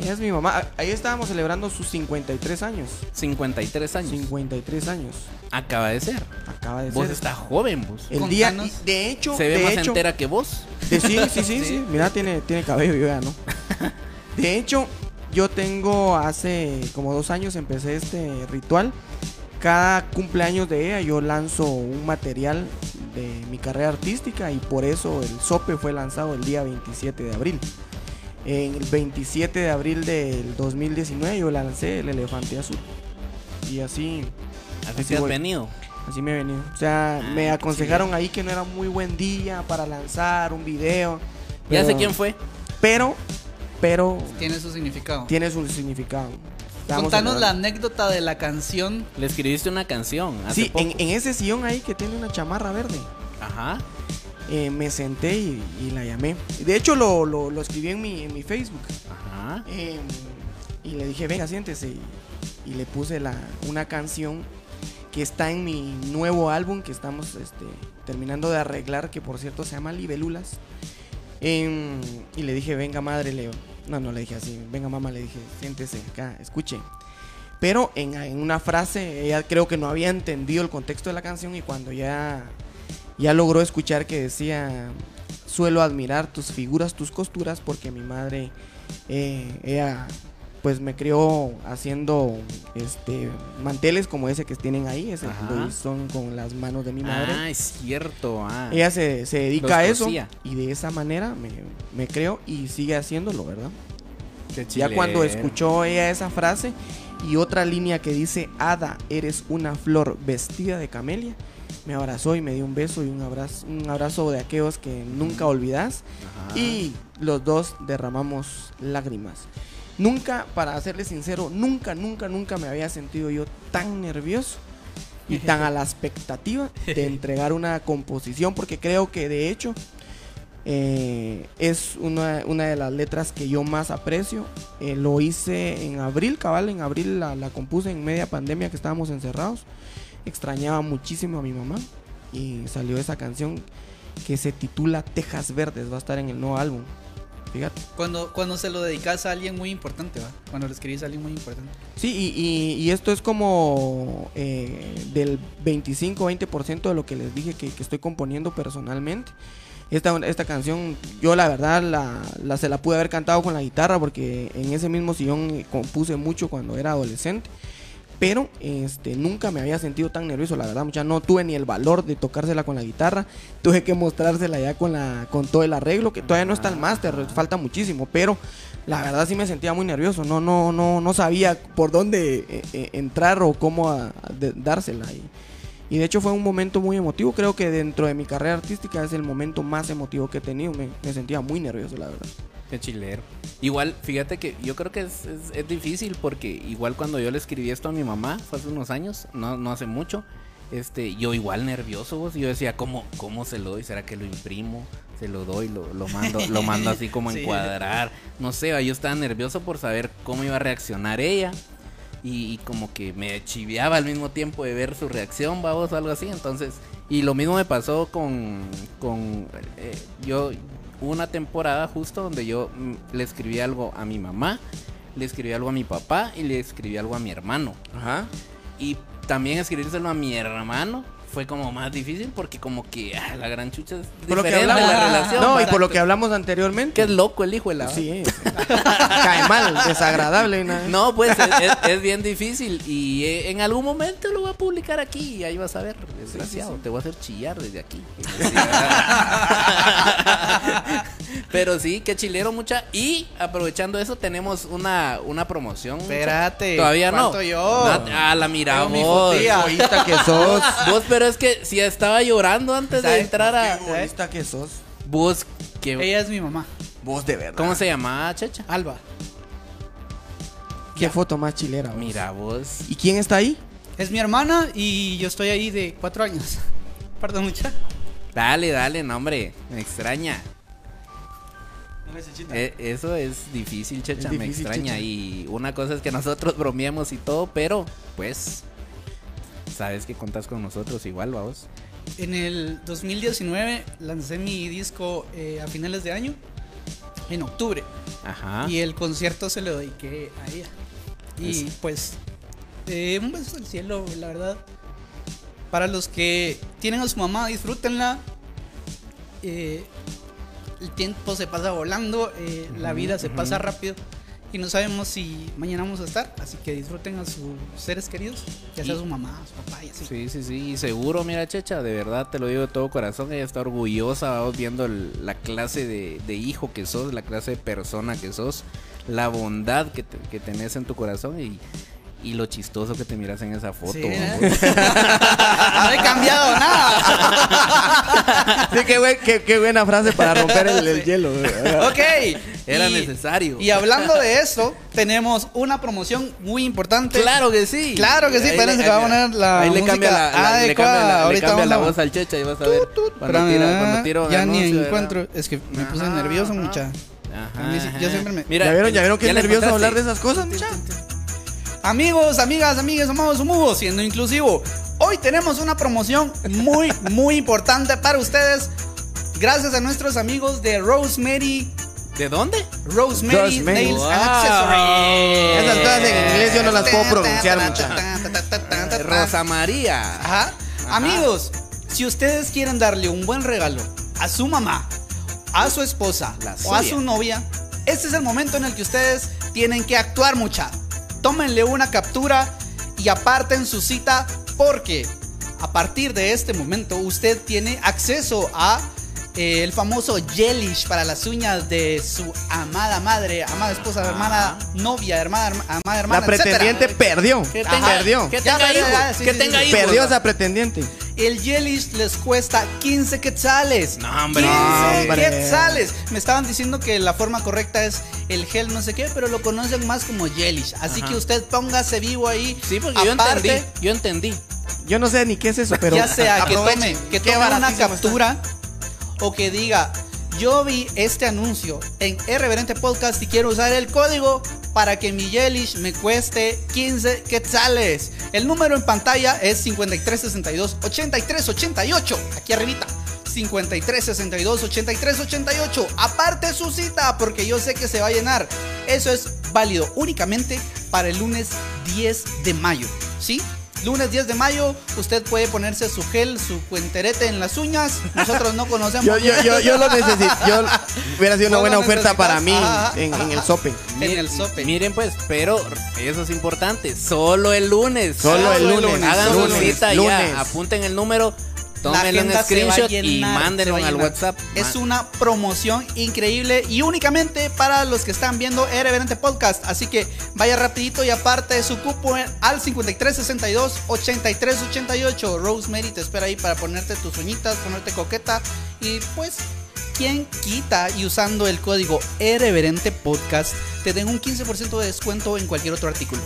Speaker 3: Ella es mi mamá. A- Ahí estábamos celebrando sus 53 años.
Speaker 2: 53 años.
Speaker 3: 53 años.
Speaker 2: Acaba de ser.
Speaker 3: Acaba de
Speaker 2: Vos
Speaker 3: ser.
Speaker 2: estás joven vos.
Speaker 3: El día.
Speaker 1: Contanos.
Speaker 3: y De hecho,
Speaker 2: Se ve
Speaker 3: de
Speaker 2: más
Speaker 3: hecho,
Speaker 2: entera que vos.
Speaker 3: de- Eh, sí, sí, sí, sí. Mira, tiene, tiene cabello, yo ya no. De hecho, yo tengo hace como dos años empecé este ritual. Cada cumpleaños de ella yo lanzo un material de mi carrera artística y por eso el sope fue lanzado el día 27 de abril. En el 27 de abril del 2019 yo lancé el elefante azul. Y así,
Speaker 2: Así
Speaker 3: Así
Speaker 2: que has
Speaker 3: voy.
Speaker 2: venido.
Speaker 3: así me he venido. O sea,
Speaker 2: Ah, qué
Speaker 3: me aconsejaron ahí que no era muy buen día para lanzar un video.
Speaker 2: Ya sé
Speaker 3: pero-
Speaker 2: quién fue.
Speaker 3: Pero, pero
Speaker 1: Tiene su significado.
Speaker 3: tiene su significado. Estamos
Speaker 1: Contanos la
Speaker 3: hablando-
Speaker 1: anécdota de la canción.
Speaker 2: Le escribiste una canción hace
Speaker 3: Sí,
Speaker 2: poco.
Speaker 3: en, en ese sillón ahí que tiene una chamarra verde.
Speaker 2: Ajá.
Speaker 3: eh, me senté y, y la llamé. De hecho, lo, lo- lo escribí en mi, en mi Facebook.
Speaker 2: Ajá.
Speaker 3: eh, y le dije, venga, siéntese. Y, y le puse la, una canción que está en mi nuevo álbum que estamos este, terminando de arreglar, que por cierto se llama Libelulas. Em, y le dije, venga madre, Leo. No, no le dije así, venga mamá, le dije, siéntese acá, escuche. pero en, en una frase ella creo que no había entendido el contexto de la canción y cuando ya, ya logró escuchar que decía, suelo admirar tus figuras, tus costuras, porque mi madre, eh, ella pues me crió haciendo este manteles como ese que tienen ahí, ese
Speaker 2: Ajá.
Speaker 3: lo hizo con las manos de mi madre.
Speaker 2: Ah, es cierto. Ah.
Speaker 3: Ella se, se dedica
Speaker 2: Los
Speaker 3: a eso
Speaker 2: cosía.
Speaker 3: y de esa manera me, me creo y sigue haciéndolo, ¿verdad?
Speaker 2: Qué
Speaker 3: Ya cuando
Speaker 2: chilero.
Speaker 3: escuchó ella esa frase y otra línea que dice, Ada, eres una flor vestida de camelia, me abrazó y me dio un beso y un abrazo, un abrazo de aquellos que nunca olvidás
Speaker 2: Ajá.
Speaker 3: y los dos derramamos lágrimas. Nunca, para serle sincero, nunca, nunca, nunca me había sentido yo tan nervioso y tan a la expectativa de entregar una composición, porque creo que de hecho eh, es una, una de las letras que yo más aprecio. Eh, lo hice en abril, cabal, en abril la, la compuse en media pandemia que estábamos encerrados. Extrañaba muchísimo a mi mamá y salió esa canción que se titula Tejas Verdes, va a estar en el nuevo álbum. Fíjate.
Speaker 1: Cuando, cuando se lo dedicas a alguien muy importante, ¿va? Cuando lo escribís a alguien muy importante.
Speaker 3: Sí, y, y- y esto es como eh, del 25-20% de lo que les dije que, que estoy componiendo personalmente. Esta, esta canción, yo la verdad la, la- se la pude haber cantado con la guitarra porque en ese mismo sillón eh, compuse mucho cuando era adolescente. Pero este, nunca me había sentido tan nervioso, la verdad, mucha no tuve ni el valor de tocársela con la guitarra. Tuve que mostrársela ya con, la, con todo el arreglo, que todavía no está el máster, falta muchísimo, pero la verdad sí me sentía muy nervioso. No, no, no, no sabía por dónde eh, eh, entrar o cómo a- a de- dársela. Y, y de hecho fue un momento muy emotivo. Creo que dentro de mi carrera artística es el momento más emotivo que he tenido. Me, me sentía muy nervioso, la verdad.
Speaker 2: Qué chilero. Igual, fíjate que yo creo que es, es- es difícil porque igual cuando yo le escribí esto a mi mamá, fue hace unos años, no, no hace mucho, este, yo igual nervioso, vos, yo decía, ¿cómo, ¿cómo se lo doy? ¿Será que lo imprimo? ¿Se lo doy? ¿Lo, lo mando lo mando así como a
Speaker 1: Sí.
Speaker 2: encuadrar? No sé, yo estaba nervioso por saber cómo iba a reaccionar ella y, y como que me chiveaba al mismo tiempo de ver su reacción, vamos, o algo así. Entonces, y lo mismo me pasó con, con eh, yo, hubo una temporada justo donde yo mm, le escribí algo a mi mamá, le escribí algo a mi papá y le escribí algo a mi hermano.
Speaker 3: Ajá.
Speaker 2: Y también escribírselo a mi hermano fue como más difícil porque como que ah, la gran chucha es
Speaker 3: Por lo que
Speaker 2: diferente
Speaker 3: hablamos.
Speaker 2: la relación.
Speaker 3: no, y
Speaker 2: ¿verdad?
Speaker 3: por lo que hablamos anteriormente.
Speaker 2: que es loco el hijo de la
Speaker 3: Sí, es- cae mal, desagradable. ¿no?
Speaker 2: No, pues es, es- es bien difícil y eh, en algún momento lo voy a publicar aquí y ahí vas a ver, desgraciado, te voy a hacer chillar desde aquí. Pero sí, qué chilero mucha y aprovechando eso tenemos una, una promoción. mucha.
Speaker 1: Espérate.
Speaker 2: Todavía no.
Speaker 1: falto yo.
Speaker 2: Nat- Ah, la mira
Speaker 1: Tengo mi
Speaker 2: vos.
Speaker 1: fotía.
Speaker 3: Egoísta que sos.
Speaker 2: Vos, pero es que si estaba llorando antes de
Speaker 1: ¿Sabes?
Speaker 2: entrar a
Speaker 3: Qué egoísta que sos.
Speaker 2: vos que
Speaker 1: Ella es mi mamá.
Speaker 3: Vos de verdad.
Speaker 2: ¿Cómo se llamaba, Checha?
Speaker 1: Alba.
Speaker 3: Qué foto más chilera. vos.
Speaker 2: Mira vos.
Speaker 3: ¿Y quién está ahí?
Speaker 1: Es mi hermana y yo estoy ahí de cuatro años. Perdón, mucha.
Speaker 2: Dale, dale, no hombre, me extraña. Eh, eso es difícil, Checha,
Speaker 3: Es
Speaker 2: me
Speaker 3: difícil,
Speaker 2: extraña.
Speaker 3: Checha.
Speaker 2: Y una cosa es que nosotros bromeamos y todo, pero pues sabes que contás con nosotros igual, vamos.
Speaker 1: En el 2019 lancé mi disco eh, a finales de año, en octubre.
Speaker 2: Ajá.
Speaker 1: Y el concierto se lo dediqué a ella. Y pues, eh, un beso al cielo, la verdad. Para los que tienen a su mamá, disfrútenla. Eh, el tiempo se pasa volando, eh, la
Speaker 2: Ujú,
Speaker 1: vida se
Speaker 2: ujú.
Speaker 1: pasa rápido. Y no sabemos si mañana vamos a estar, así que disfruten a sus seres queridos, ya sea
Speaker 2: Y-
Speaker 1: su mamá, su papá y así.
Speaker 2: Sí, sí, sí, y seguro, mira Checha, de verdad te lo digo de todo corazón, ella está orgullosa, vamos viendo el- la clase de, de hijo que sos, la clase de persona que sos, la bondad que, te- que tenés en tu corazón y, y lo chistoso que te miras en esa foto.
Speaker 1: Sí,
Speaker 2: vamos.
Speaker 1: No he cambiado nada.
Speaker 3: Sí, qué, buen- qué- qué buena frase para romper el, el hielo.
Speaker 1: Ok.
Speaker 2: Era
Speaker 1: Y-
Speaker 2: necesario.
Speaker 1: Y hablando de eso, tenemos una promoción muy importante.
Speaker 2: Claro que sí.
Speaker 1: Pues, Claro que sí,
Speaker 2: Ahí
Speaker 1: espérense
Speaker 2: le-
Speaker 1: que va a
Speaker 2: ahí le-
Speaker 1: poner la
Speaker 2: Ahí le
Speaker 1: música
Speaker 2: cambia la, la- le
Speaker 1: adecuada.
Speaker 2: cambia la, le
Speaker 1: Ahorita
Speaker 2: cambia la
Speaker 1: vamos a-
Speaker 2: voz al checha y vas a ver. Cuando
Speaker 1: Espérame,
Speaker 2: tira,
Speaker 1: ¿verdad?
Speaker 2: cuando tira un
Speaker 1: ya ni
Speaker 2: anuncio, ¿verdad?
Speaker 1: encuentro. Es que me puse
Speaker 2: Ajá,
Speaker 1: nervioso,
Speaker 2: ajá.
Speaker 1: mucha.
Speaker 2: Ajá,
Speaker 1: A mí sí- yo
Speaker 2: ajá.
Speaker 1: siempre me-
Speaker 2: Mira,
Speaker 3: ¿Ya vieron, ya vieron que es
Speaker 2: la
Speaker 3: nervioso
Speaker 2: encontraste?
Speaker 3: hablar de esas cosas, mucha?
Speaker 1: Amigos, amigas, amigues, somos Humugos, siendo inclusivo. Hoy tenemos una promoción muy, muy importante para ustedes. Gracias a nuestros amigos de Rosemary
Speaker 2: ¿De dónde?
Speaker 1: Rosemary,
Speaker 3: Rosemary.
Speaker 1: Nails
Speaker 2: Wow.
Speaker 1: and Accessories.
Speaker 3: Esas todas en inglés yo no las puedo pronunciar,
Speaker 2: Rosa María.
Speaker 1: Ajá. Amigos, si ustedes quieren darle un buen regalo a su mamá, a su esposa
Speaker 2: La
Speaker 1: o a
Speaker 2: suya.
Speaker 1: su novia, este es el momento en el que ustedes tienen que actuar mucha. Tómenle una captura y aparten su cita porque a partir de este momento usted tiene acceso a eh, el famoso gelish para las uñas de su amada madre, amada esposa, hermana, novia, hermana, herma- amada hermana,
Speaker 3: Ah. La
Speaker 1: etcétera.
Speaker 3: pretendiente perdió.
Speaker 2: Que
Speaker 1: Ajá.
Speaker 2: tenga,
Speaker 3: Perdió.
Speaker 2: Que
Speaker 1: Ya,
Speaker 2: tenga
Speaker 1: ya,
Speaker 2: hijos.
Speaker 3: Ah,
Speaker 1: ya, sí,
Speaker 2: que
Speaker 1: sí,
Speaker 2: tenga
Speaker 1: sí.
Speaker 2: hijos.
Speaker 3: Perdió esa pretendiente.
Speaker 1: El Yelish les cuesta 15 quetzales.
Speaker 2: No, hombre.
Speaker 1: 15
Speaker 3: No, hombre.
Speaker 1: quetzales. Me estaban diciendo que la forma correcta es el gel no sé qué, pero lo conocen más como Yelish. Así
Speaker 2: Ajá.
Speaker 1: que usted póngase vivo ahí.
Speaker 2: Sí, porque
Speaker 1: Aparte,
Speaker 2: yo entendí. Yo entendí.
Speaker 3: Yo no sé ni qué es eso, pero.
Speaker 1: ya sea que tome,
Speaker 3: aprovechen.
Speaker 1: que
Speaker 3: Qué
Speaker 1: tome una
Speaker 3: baratísimo está.
Speaker 1: captura o que diga, yo vi este anuncio en Reverente Podcast y quiero usar el código para que mi Yelish me cueste 15 quetzales. El número en pantalla es 5362-8388. Aquí arribita. 53 62 83 88 aparte su cita porque yo sé que se va a llenar eso es válido únicamente para el lunes 10 de mayo ¿sí? lunes 10 de mayo usted puede ponerse su gel su cuenterete en las uñas nosotros no conocemos
Speaker 3: Yo, yo, yo, yo lo necesito. Yo hubiera sido una
Speaker 1: Vos
Speaker 3: buena
Speaker 1: lo
Speaker 3: oferta para mí
Speaker 1: necesitas.
Speaker 3: en, en el shopping.
Speaker 1: en el sope
Speaker 2: Miren pues, pero eso es importante. Solo el lunes.
Speaker 3: Solo el lunes.
Speaker 2: Hagan
Speaker 1: solo
Speaker 2: su
Speaker 1: el
Speaker 2: cita
Speaker 3: lunes.
Speaker 2: ya. Apunten el número.
Speaker 1: La
Speaker 2: Tómenlo en
Speaker 1: agenda se va a
Speaker 2: screenshot y
Speaker 1: llenar,
Speaker 2: mándenlo
Speaker 1: se va a
Speaker 2: al
Speaker 1: llenar.
Speaker 2: WhatsApp.
Speaker 1: Es
Speaker 2: Ma-
Speaker 1: una promoción increíble y únicamente para los que están viendo Irreverente Podcast. Así que vaya rapidito y aparte de su cupo en- al 5362-8388. Rosemary te espera ahí para ponerte tus uñitas, ponerte coqueta y pues... ¿Quién quita y usando el código Irreverente Podcast te den un 15% de descuento en cualquier otro artículo?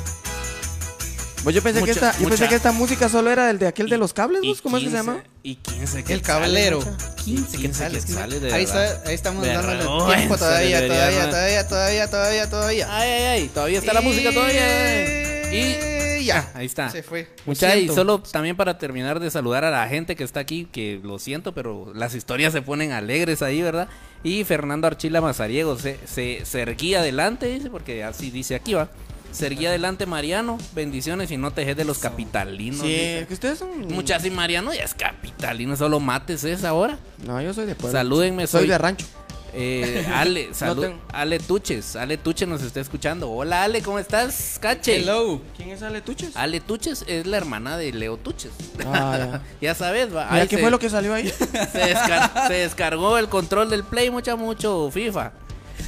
Speaker 3: Pues yo pensé,
Speaker 2: Mucha-
Speaker 3: que, esta, yo pensé
Speaker 2: mucha-
Speaker 3: que esta música solo era del de aquel de los cables,
Speaker 2: y
Speaker 3: ¿vos? ¿Cómo es que se
Speaker 2: 15,
Speaker 3: llama?
Speaker 2: Y 15
Speaker 1: El
Speaker 2: quetzales,
Speaker 1: caballero.
Speaker 2: mucha.
Speaker 1: 15
Speaker 2: Y
Speaker 1: quetzales.
Speaker 2: quetzales, de
Speaker 1: ahí,
Speaker 2: verdad.
Speaker 1: está- ahí estamos
Speaker 2: De
Speaker 1: dándole
Speaker 2: vergüenza
Speaker 1: tiempo todavía,
Speaker 2: debería
Speaker 1: todavía,
Speaker 2: dar.
Speaker 1: todavía, todavía, todavía, todavía.
Speaker 2: Ay, ay, ay. Todavía está la música todavía. Y
Speaker 1: Y Ah, ya.
Speaker 2: Ahí está.
Speaker 1: Eh. Se fue. Lo
Speaker 2: Mucha, y
Speaker 1: siento.
Speaker 2: solo también para terminar de saludar a la gente que está aquí, que lo siento, pero las historias se ponen alegres ahí, ¿verdad? Y Fernando Archila Mazariego se, se, se erguía adelante, dice, porque así dice aquí, va. Se erguía adelante, Mariano. Bendiciones y no te dejes de los capitalinos.
Speaker 3: sí,
Speaker 2: dice.
Speaker 3: que ustedes son.
Speaker 2: Muchas y Mariano ya es capitalino, solo mates es ahora.
Speaker 3: No, yo soy de pueblo.
Speaker 2: Salúdenme,
Speaker 3: Soy
Speaker 2: soy-
Speaker 3: de rancho.
Speaker 2: Eh, Ale, salud,
Speaker 3: tengo-
Speaker 2: Ale Tuches, Ale Tuches nos está escuchando. Hola Ale, ¿cómo estás? Cache.
Speaker 1: Hello.
Speaker 3: ¿Quién es Ale Tuches?
Speaker 2: Ale Tuches es la hermana de Leo Tuches.
Speaker 3: Ah,
Speaker 2: Ah, Ya sabes, va.
Speaker 3: ya. Mira,
Speaker 2: Ahí
Speaker 3: ¿qué
Speaker 2: se-
Speaker 3: fue lo que salió ahí?
Speaker 2: se, descar- se descargó el control del Play, mucha, mucho FIFA.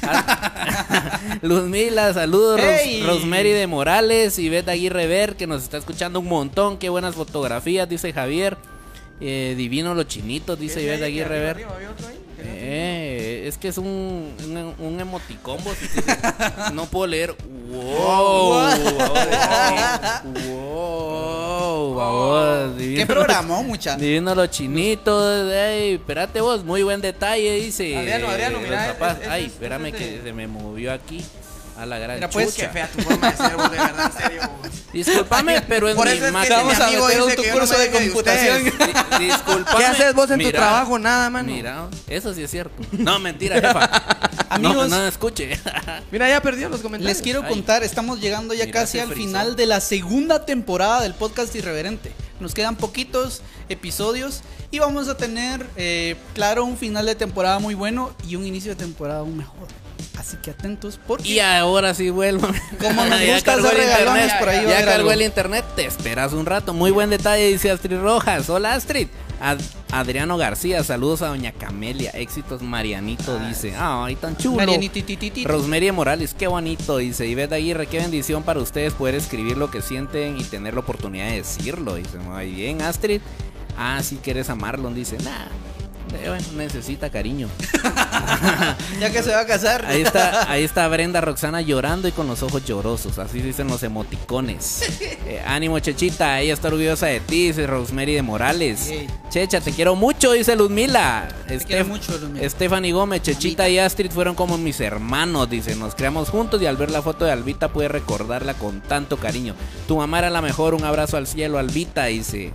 Speaker 2: Al- Luzmila, saludos. Ros-
Speaker 1: Hey.
Speaker 2: Rosemary de Morales y Beth Aguirre Ver, que nos está escuchando un montón. Qué buenas fotografías, dice Javier. Eh, divino los chinitos, dice Ivette Aguirre Ver. Eh, es que es un, un, un emoticombo. si te- no puedo leer. Wow. wow, wow, wow, divino
Speaker 1: ¿Qué programó, mucha?
Speaker 2: Divino los chinitos, ey, espérate vos, muy buen detalle, dice.
Speaker 3: Adriano, Adriano,
Speaker 2: eh,
Speaker 3: mira,
Speaker 2: los papás.
Speaker 3: es- es-
Speaker 2: Ay,
Speaker 3: es- este
Speaker 2: espérame
Speaker 3: es
Speaker 2: que
Speaker 3: de-
Speaker 2: se me movió aquí a la gran
Speaker 1: Mira, pues,
Speaker 2: chucha.
Speaker 1: qué
Speaker 4: Fea tu forma de ser, vos, de verdad, en serio.
Speaker 2: Disculpame, pero es
Speaker 4: Por
Speaker 2: mi
Speaker 4: eso es que
Speaker 2: imagen.
Speaker 1: Vamos
Speaker 4: Mi
Speaker 1: a
Speaker 4: amigo
Speaker 1: meter
Speaker 4: dice
Speaker 1: un tu
Speaker 4: que yo no
Speaker 1: curso
Speaker 4: me
Speaker 1: de
Speaker 4: deje de
Speaker 1: computación.
Speaker 2: Di- disculpame.
Speaker 3: ¿Qué haces vos en tu
Speaker 2: Mira,
Speaker 3: trabajo? Nada, mano. Mira,
Speaker 2: Mira, eso sí es cierto. No, mentira, jefa.
Speaker 1: Amigos.
Speaker 2: no, no escuche.
Speaker 3: ya perdió los comentarios.
Speaker 1: Les quiero
Speaker 2: Ay.
Speaker 1: contar, estamos llegando ya
Speaker 2: Mira,
Speaker 1: casi
Speaker 2: se
Speaker 1: al
Speaker 2: frizó.
Speaker 1: final de la segunda temporada del podcast Irreverente. Nos quedan poquitos episodios y vamos a tener, eh, claro, un final de temporada muy bueno y un inicio de temporada aún mejor. Así que atentos porque...
Speaker 2: Y ahora sí vuelvo.
Speaker 1: Como nos
Speaker 2: Ya
Speaker 1: gusta
Speaker 2: cargó
Speaker 1: hacer
Speaker 2: el
Speaker 1: regalones,
Speaker 2: internet.
Speaker 1: por ahí va a
Speaker 2: Ya
Speaker 1: haber
Speaker 2: cargó
Speaker 1: algo.
Speaker 2: el internet, te esperas un rato. Muy buen detalle, dice Astrid Rojas. Hola Astrid. Ad- Adriano García, saludos a Doña Camelia. Éxitos Marianito, dice. Ay, tan chulo.
Speaker 1: Marianititititi.
Speaker 2: Rosemary de Morales, qué bonito, dice Ivette Aguirre, qué bendición para ustedes poder escribir lo que sienten y tener la oportunidad de decirlo, dice, muy bien Astrid, ah, si quieres amarlo, dice, nah, eh, bueno, necesita cariño.
Speaker 1: Ya que se va a casar.
Speaker 2: Ahí está, ahí está Brenda Roxana llorando y con los ojos llorosos. Así dicen los emoticones. Eh, ánimo, Chechita. Ella está orgullosa de ti, dice Rosemary de Morales.
Speaker 1: Ey.
Speaker 2: Checha, te quiero mucho, dice Luzmila.
Speaker 1: quiero mucho, Luzmila.
Speaker 2: Stephanie Gómez, Chechita y Astrid fueron como mis hermanos, dice. Nos creamos juntos y al ver la foto de Albita pude recordarla con tanto cariño. Tu mamá era la mejor. Un abrazo al cielo, Albita, dice.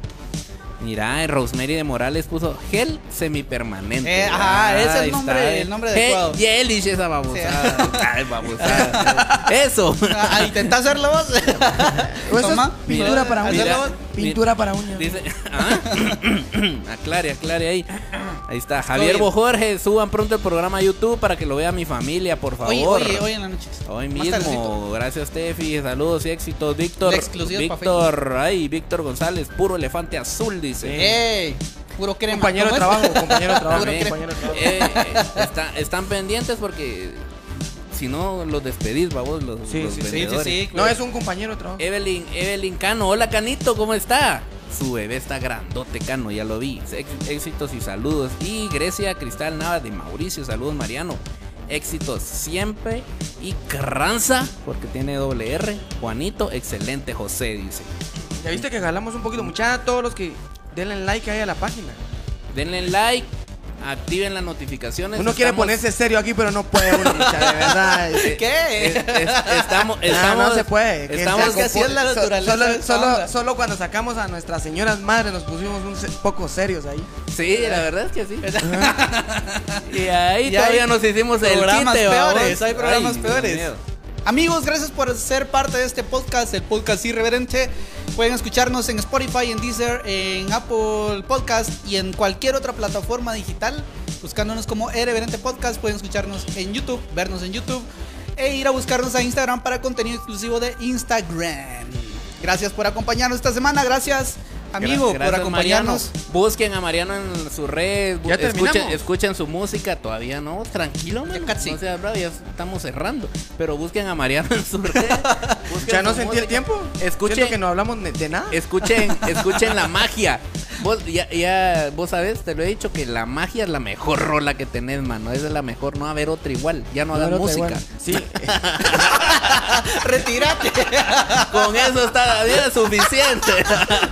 Speaker 2: Mira, eh, Rosemary de Morales puso gel semipermanente.
Speaker 1: Eh, ajá, ese es el
Speaker 2: ahí
Speaker 1: nombre-
Speaker 2: está.
Speaker 1: el nombre
Speaker 2: Gel
Speaker 1: adecuado.
Speaker 2: Gel y esa babosada. Ay, babosada. Eso.
Speaker 1: Ah, intenta hacerlo vos.
Speaker 4: O eso es
Speaker 1: Toma.
Speaker 4: pintura para
Speaker 1: Mira,
Speaker 4: uñas.
Speaker 2: mira.
Speaker 4: Pintura para uñas.
Speaker 2: Dice, ¿ah? aclare, aclare ahí. Ahí está. Javier
Speaker 1: bien.
Speaker 2: Bojorge, suban pronto el programa a YouTube para que lo vea mi familia, por favor.
Speaker 1: Oye, oye, hoy en la noche.
Speaker 2: Hoy
Speaker 1: Más
Speaker 2: mismo,
Speaker 1: tardecito.
Speaker 2: gracias Tefi, saludos y éxitos, Víctor.
Speaker 1: La exclusiva es pa'
Speaker 2: Víctor, ay, Víctor González, puro elefante azul, dice.
Speaker 1: ¡Ey! Puro crema.
Speaker 3: Compañero de
Speaker 1: ¿Cómo es?
Speaker 3: trabajo, compañero de
Speaker 1: Eh,
Speaker 3: trabajo,
Speaker 1: Puro crema.
Speaker 3: compañero de trabajo.
Speaker 2: Eh, está- están pendientes porque si no los despedís, babos, los,
Speaker 3: Sí,
Speaker 2: los
Speaker 3: sí, sí,
Speaker 1: Sí, sí,
Speaker 2: vendedores.
Speaker 1: sí.
Speaker 3: No, es un compañero de trabajo.
Speaker 2: Evelyn, Evelyn Cano, hola Canito, ¿cómo está? Su bebé está grandote, Cano, ya lo vi. Ex- éxitos y saludos. Y Grecia Cristal Nava de Mauricio, saludos Mariano. Éxitos siempre. Y Carranza, porque tiene doble R. Juanito, excelente José, dice.
Speaker 3: Ya viste que jalamos un poquito, muchachos, todos los que denle like ahí a la página.
Speaker 2: Denle like, activen las notificaciones.
Speaker 3: Uno quiere
Speaker 2: Estamos-
Speaker 3: ponerse serio aquí, pero no puede uno, mucha, de verdad.
Speaker 2: Es-
Speaker 1: ¿Qué?
Speaker 2: es- estamos,
Speaker 3: Ah, No,
Speaker 2: estamos,
Speaker 3: no Eh, se puede. que
Speaker 2: estamos-
Speaker 1: Es que así es la
Speaker 3: so-
Speaker 1: naturaleza
Speaker 3: Solo,
Speaker 1: de esta
Speaker 3: solo-
Speaker 1: onda.
Speaker 3: solo cuando sacamos a nuestras señoras madres nos pusimos un se- poco serios ahí.
Speaker 2: Sí, la verdad es que sí. y ahí
Speaker 1: Y
Speaker 2: todavía
Speaker 1: hay
Speaker 2: nos hicimos el
Speaker 1: programas
Speaker 2: quite, babos.
Speaker 1: peores, hay programas
Speaker 2: Ay, Dios
Speaker 1: peores.
Speaker 2: mío.
Speaker 1: Amigos, gracias por ser parte de este podcast, el podcast irreverente. Pueden escucharnos en Spotify, en Deezer, en Apple Podcast y en cualquier otra plataforma digital. Buscándonos como Irreverente Podcast, pueden escucharnos en YouTube, vernos en YouTube e ir a buscarnos a Instagram para contenido exclusivo de Instagram. Gracias por acompañarnos esta semana, gracias amigo
Speaker 2: Gracias,
Speaker 1: por acompañarnos.
Speaker 2: Mariano. Busquen a Mariano en su red, bu-
Speaker 3: Ya
Speaker 2: escuchen,
Speaker 3: terminamos.
Speaker 2: escuchen su música, todavía no, tranquilo, mano,
Speaker 1: Ya casi.
Speaker 2: no seas bravo, ya estamos cerrando, pero busquen a Mariano en su red. busquen
Speaker 3: Ya no
Speaker 2: su
Speaker 3: sentí el
Speaker 2: música.
Speaker 3: tiempo.
Speaker 2: Escuchen.
Speaker 3: Siento que no hablamos ne- de nada.
Speaker 2: Escuchen, escuchen la magia. Vos ya, ya vos sabés, te lo he dicho que la magia es la mejor rola que tenés, mano, esa es la mejor, no va a haber otra igual, ya no, hagas
Speaker 3: Pero te
Speaker 2: música.
Speaker 3: igual. Sí.
Speaker 1: Retírate,
Speaker 2: Con eso está bien suficiente.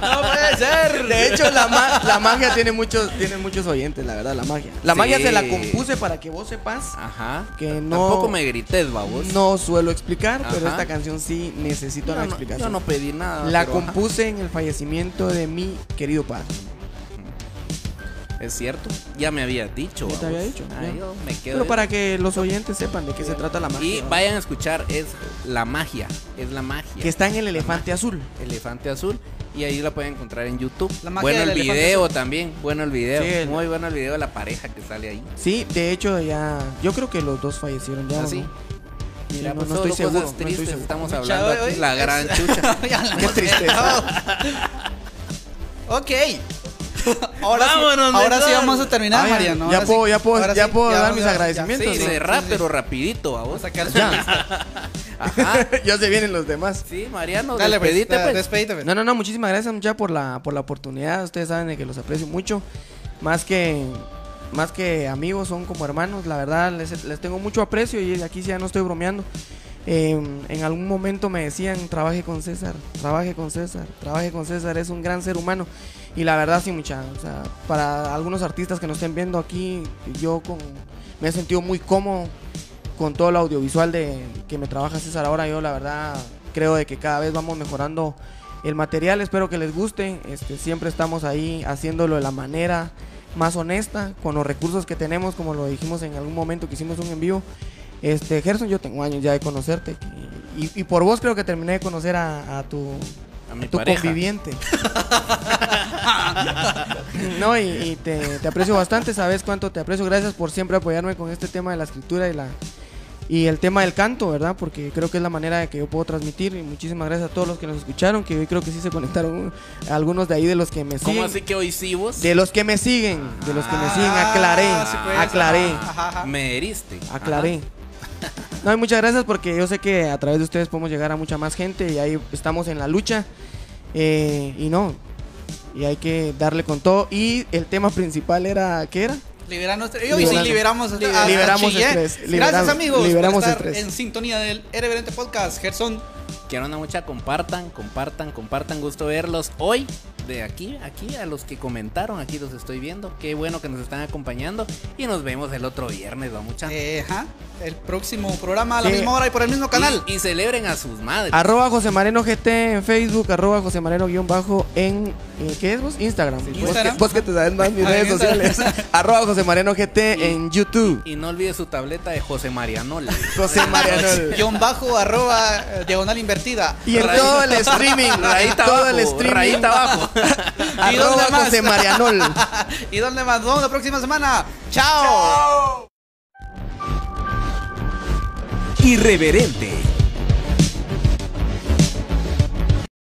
Speaker 1: no puede ser.
Speaker 3: De hecho, la, ma- la magia tiene muchos, tiene muchos oyentes, la verdad, la magia. La
Speaker 2: Sí.
Speaker 3: magia se la compuse para que vos sepas.
Speaker 2: Ajá.
Speaker 3: Que no-
Speaker 2: Tampoco me grites, babos.
Speaker 3: No suelo explicar, pero
Speaker 2: Ajá.
Speaker 3: esta canción sí necesita
Speaker 2: Yo
Speaker 3: una
Speaker 2: no, yo
Speaker 3: explicación.
Speaker 2: no pedí nada.
Speaker 3: la
Speaker 2: pero, ajá.
Speaker 3: compuse en el fallecimiento de mi querido padre.
Speaker 2: Es cierto, ya me había dicho.
Speaker 3: Ya
Speaker 2: vamos.
Speaker 3: te había dicho,
Speaker 2: Ah,
Speaker 3: ya.
Speaker 2: yo me quedo.
Speaker 3: Pero para que los oyentes sepan de qué se trata la magia.
Speaker 2: Y
Speaker 3: ¿verdad?
Speaker 2: vayan a escuchar, es la magia, es la magia.
Speaker 3: Que está en el elefante azul.
Speaker 2: Elefante Azul. Y ahí la pueden encontrar en YouTube.
Speaker 1: La magia
Speaker 2: bueno
Speaker 1: del
Speaker 2: el
Speaker 1: elefante
Speaker 2: video también, bueno el video.
Speaker 3: Sí, el-
Speaker 2: Muy bueno el video de la pareja que sale ahí.
Speaker 3: Sí, de hecho ya. Yo creo que los dos fallecieron ya. ¿o
Speaker 2: Así.
Speaker 3: no?
Speaker 2: Mira,
Speaker 3: Sí, no,
Speaker 2: pues
Speaker 3: no
Speaker 2: solo
Speaker 3: estoy
Speaker 2: cosas
Speaker 3: seguro, no estoy
Speaker 2: tristes
Speaker 3: seguro. ¿eh?
Speaker 2: estamos
Speaker 1: Mucha,
Speaker 2: hablando
Speaker 1: hoy-
Speaker 2: aquí, la
Speaker 1: hoy-
Speaker 2: gran chucha.
Speaker 1: Ya la
Speaker 3: Qué
Speaker 1: hemos
Speaker 3: tristeza.
Speaker 1: dejado. ok. Ahora,
Speaker 2: Vámonos,
Speaker 1: sí, ahora
Speaker 2: mejor.
Speaker 1: sí vamos a terminar,
Speaker 3: Ah, ya,
Speaker 1: Mariano.
Speaker 3: ya
Speaker 1: ahora sí,
Speaker 3: puedo- ya puedo-
Speaker 1: ahora
Speaker 3: ya puedo dar
Speaker 1: vamos
Speaker 3: mis
Speaker 1: a-
Speaker 3: agradecimientos,
Speaker 2: Sí,
Speaker 3: Sí,
Speaker 2: cerrá,
Speaker 1: sí, sí.
Speaker 2: pero rapidito, a vos.
Speaker 1: sacar su
Speaker 2: Ajá.
Speaker 3: ya se vienen los demás.
Speaker 2: Sí, Mariano,
Speaker 1: Dale, pues,
Speaker 2: despedite,
Speaker 1: da-
Speaker 2: pues.
Speaker 1: despedite, pues.
Speaker 3: No, no, no, muchísimas gracias mucha por la, por la oportunidad. Ustedes saben de que los aprecio mucho. Más que más que amigos, son como hermanos. La verdad, les, les tengo mucho aprecio y de aquí sí ya no estoy bromeando. Eh, en algún momento me decían, trabaje con César, trabaje con César, trabaje con César, es un gran ser humano. Y la verdad sí, mucha. O sea, para algunos artistas que nos estén viendo aquí, yo con, me he sentido muy cómodo con todo lo audiovisual de que me trabaja César ahora yo la verdad creo de que cada vez vamos mejorando el material espero que les guste este siempre estamos ahí haciéndolo de la manera más honesta con los recursos que tenemos como lo dijimos en algún momento que hicimos un en vivo este Gerson yo tengo años ya de conocerte y, y por vos creo que terminé de conocer a, a tu
Speaker 2: A mi
Speaker 3: tu
Speaker 2: pareja.
Speaker 3: conviviente no, y, y te, te aprecio bastante, sabes cuánto te aprecio. Gracias por siempre apoyarme con este tema de la escritura y la y el tema del canto, ¿verdad? Porque creo que es la manera de que yo puedo transmitir. Y muchísimas gracias a todos los que nos escucharon, que hoy creo que sí se conectaron uh, algunos de ahí de los que me
Speaker 2: ¿Cómo
Speaker 3: siguen.
Speaker 2: así que hoy sí vos?
Speaker 3: De los que me siguen, de los que me siguen, aclaré,
Speaker 1: Ah, sí, pues.
Speaker 3: aclaré.
Speaker 1: Ajá, ajá.
Speaker 2: Me heriste.
Speaker 4: Ah,
Speaker 3: Aclaré. No, y muchas gracias porque yo sé que a través de ustedes podemos llegar a mucha más gente y ahí estamos en la lucha. Eh, y no, y hay que darle con todo. Y el tema principal era, ¿qué era?
Speaker 1: Libera nuestra- y hoy
Speaker 3: Liberamos.
Speaker 1: sí liberamos, a-
Speaker 3: Libera-
Speaker 1: a- a
Speaker 3: liberamos
Speaker 1: Chillé.
Speaker 3: estrés,
Speaker 1: Gracias
Speaker 3: liberamos-
Speaker 1: amigos
Speaker 3: liberamos
Speaker 1: por estar
Speaker 3: estrés.
Speaker 1: en sintonía del Irreverente Podcast. Gerson,
Speaker 2: Quiero una mucha, compartan, compartan, compartan. Gusto verlos hoy. de aquí, aquí, a los que comentaron, aquí los estoy viendo. Qué bueno que nos están acompañando. Y nos vemos el otro viernes, va mucha.
Speaker 1: Eh, ajá. El próximo programa a la
Speaker 4: Sí.
Speaker 1: misma hora y por el mismo canal.
Speaker 2: Y, y celebren a sus madres.
Speaker 4: Arroba José Mareno GT en Facebook, arroba José Mareno guión bajo en, en- ¿qué es vos? Instagram. Vos que-
Speaker 1: Instagram.
Speaker 4: Vos, que, te sabes más mis
Speaker 1: Ah,
Speaker 4: redes
Speaker 1: en
Speaker 4: sociales. arroba José Mareno GT en YouTube.
Speaker 2: Y no olvide su tableta de José Marianola.
Speaker 4: José Mariano.
Speaker 1: Guión bajo, arroba, eh, diagonal invertida.
Speaker 4: Y en todo el streaming,
Speaker 2: Rayita
Speaker 4: todo
Speaker 2: abajo,
Speaker 4: el streaming,
Speaker 2: rayita abajo.
Speaker 1: ¿Y dónde
Speaker 4: arroba
Speaker 1: más?
Speaker 4: José Marianol.
Speaker 1: ¿Y dónde más? Nos vemos la próxima semana. ¡Chao!
Speaker 5: Irreverente,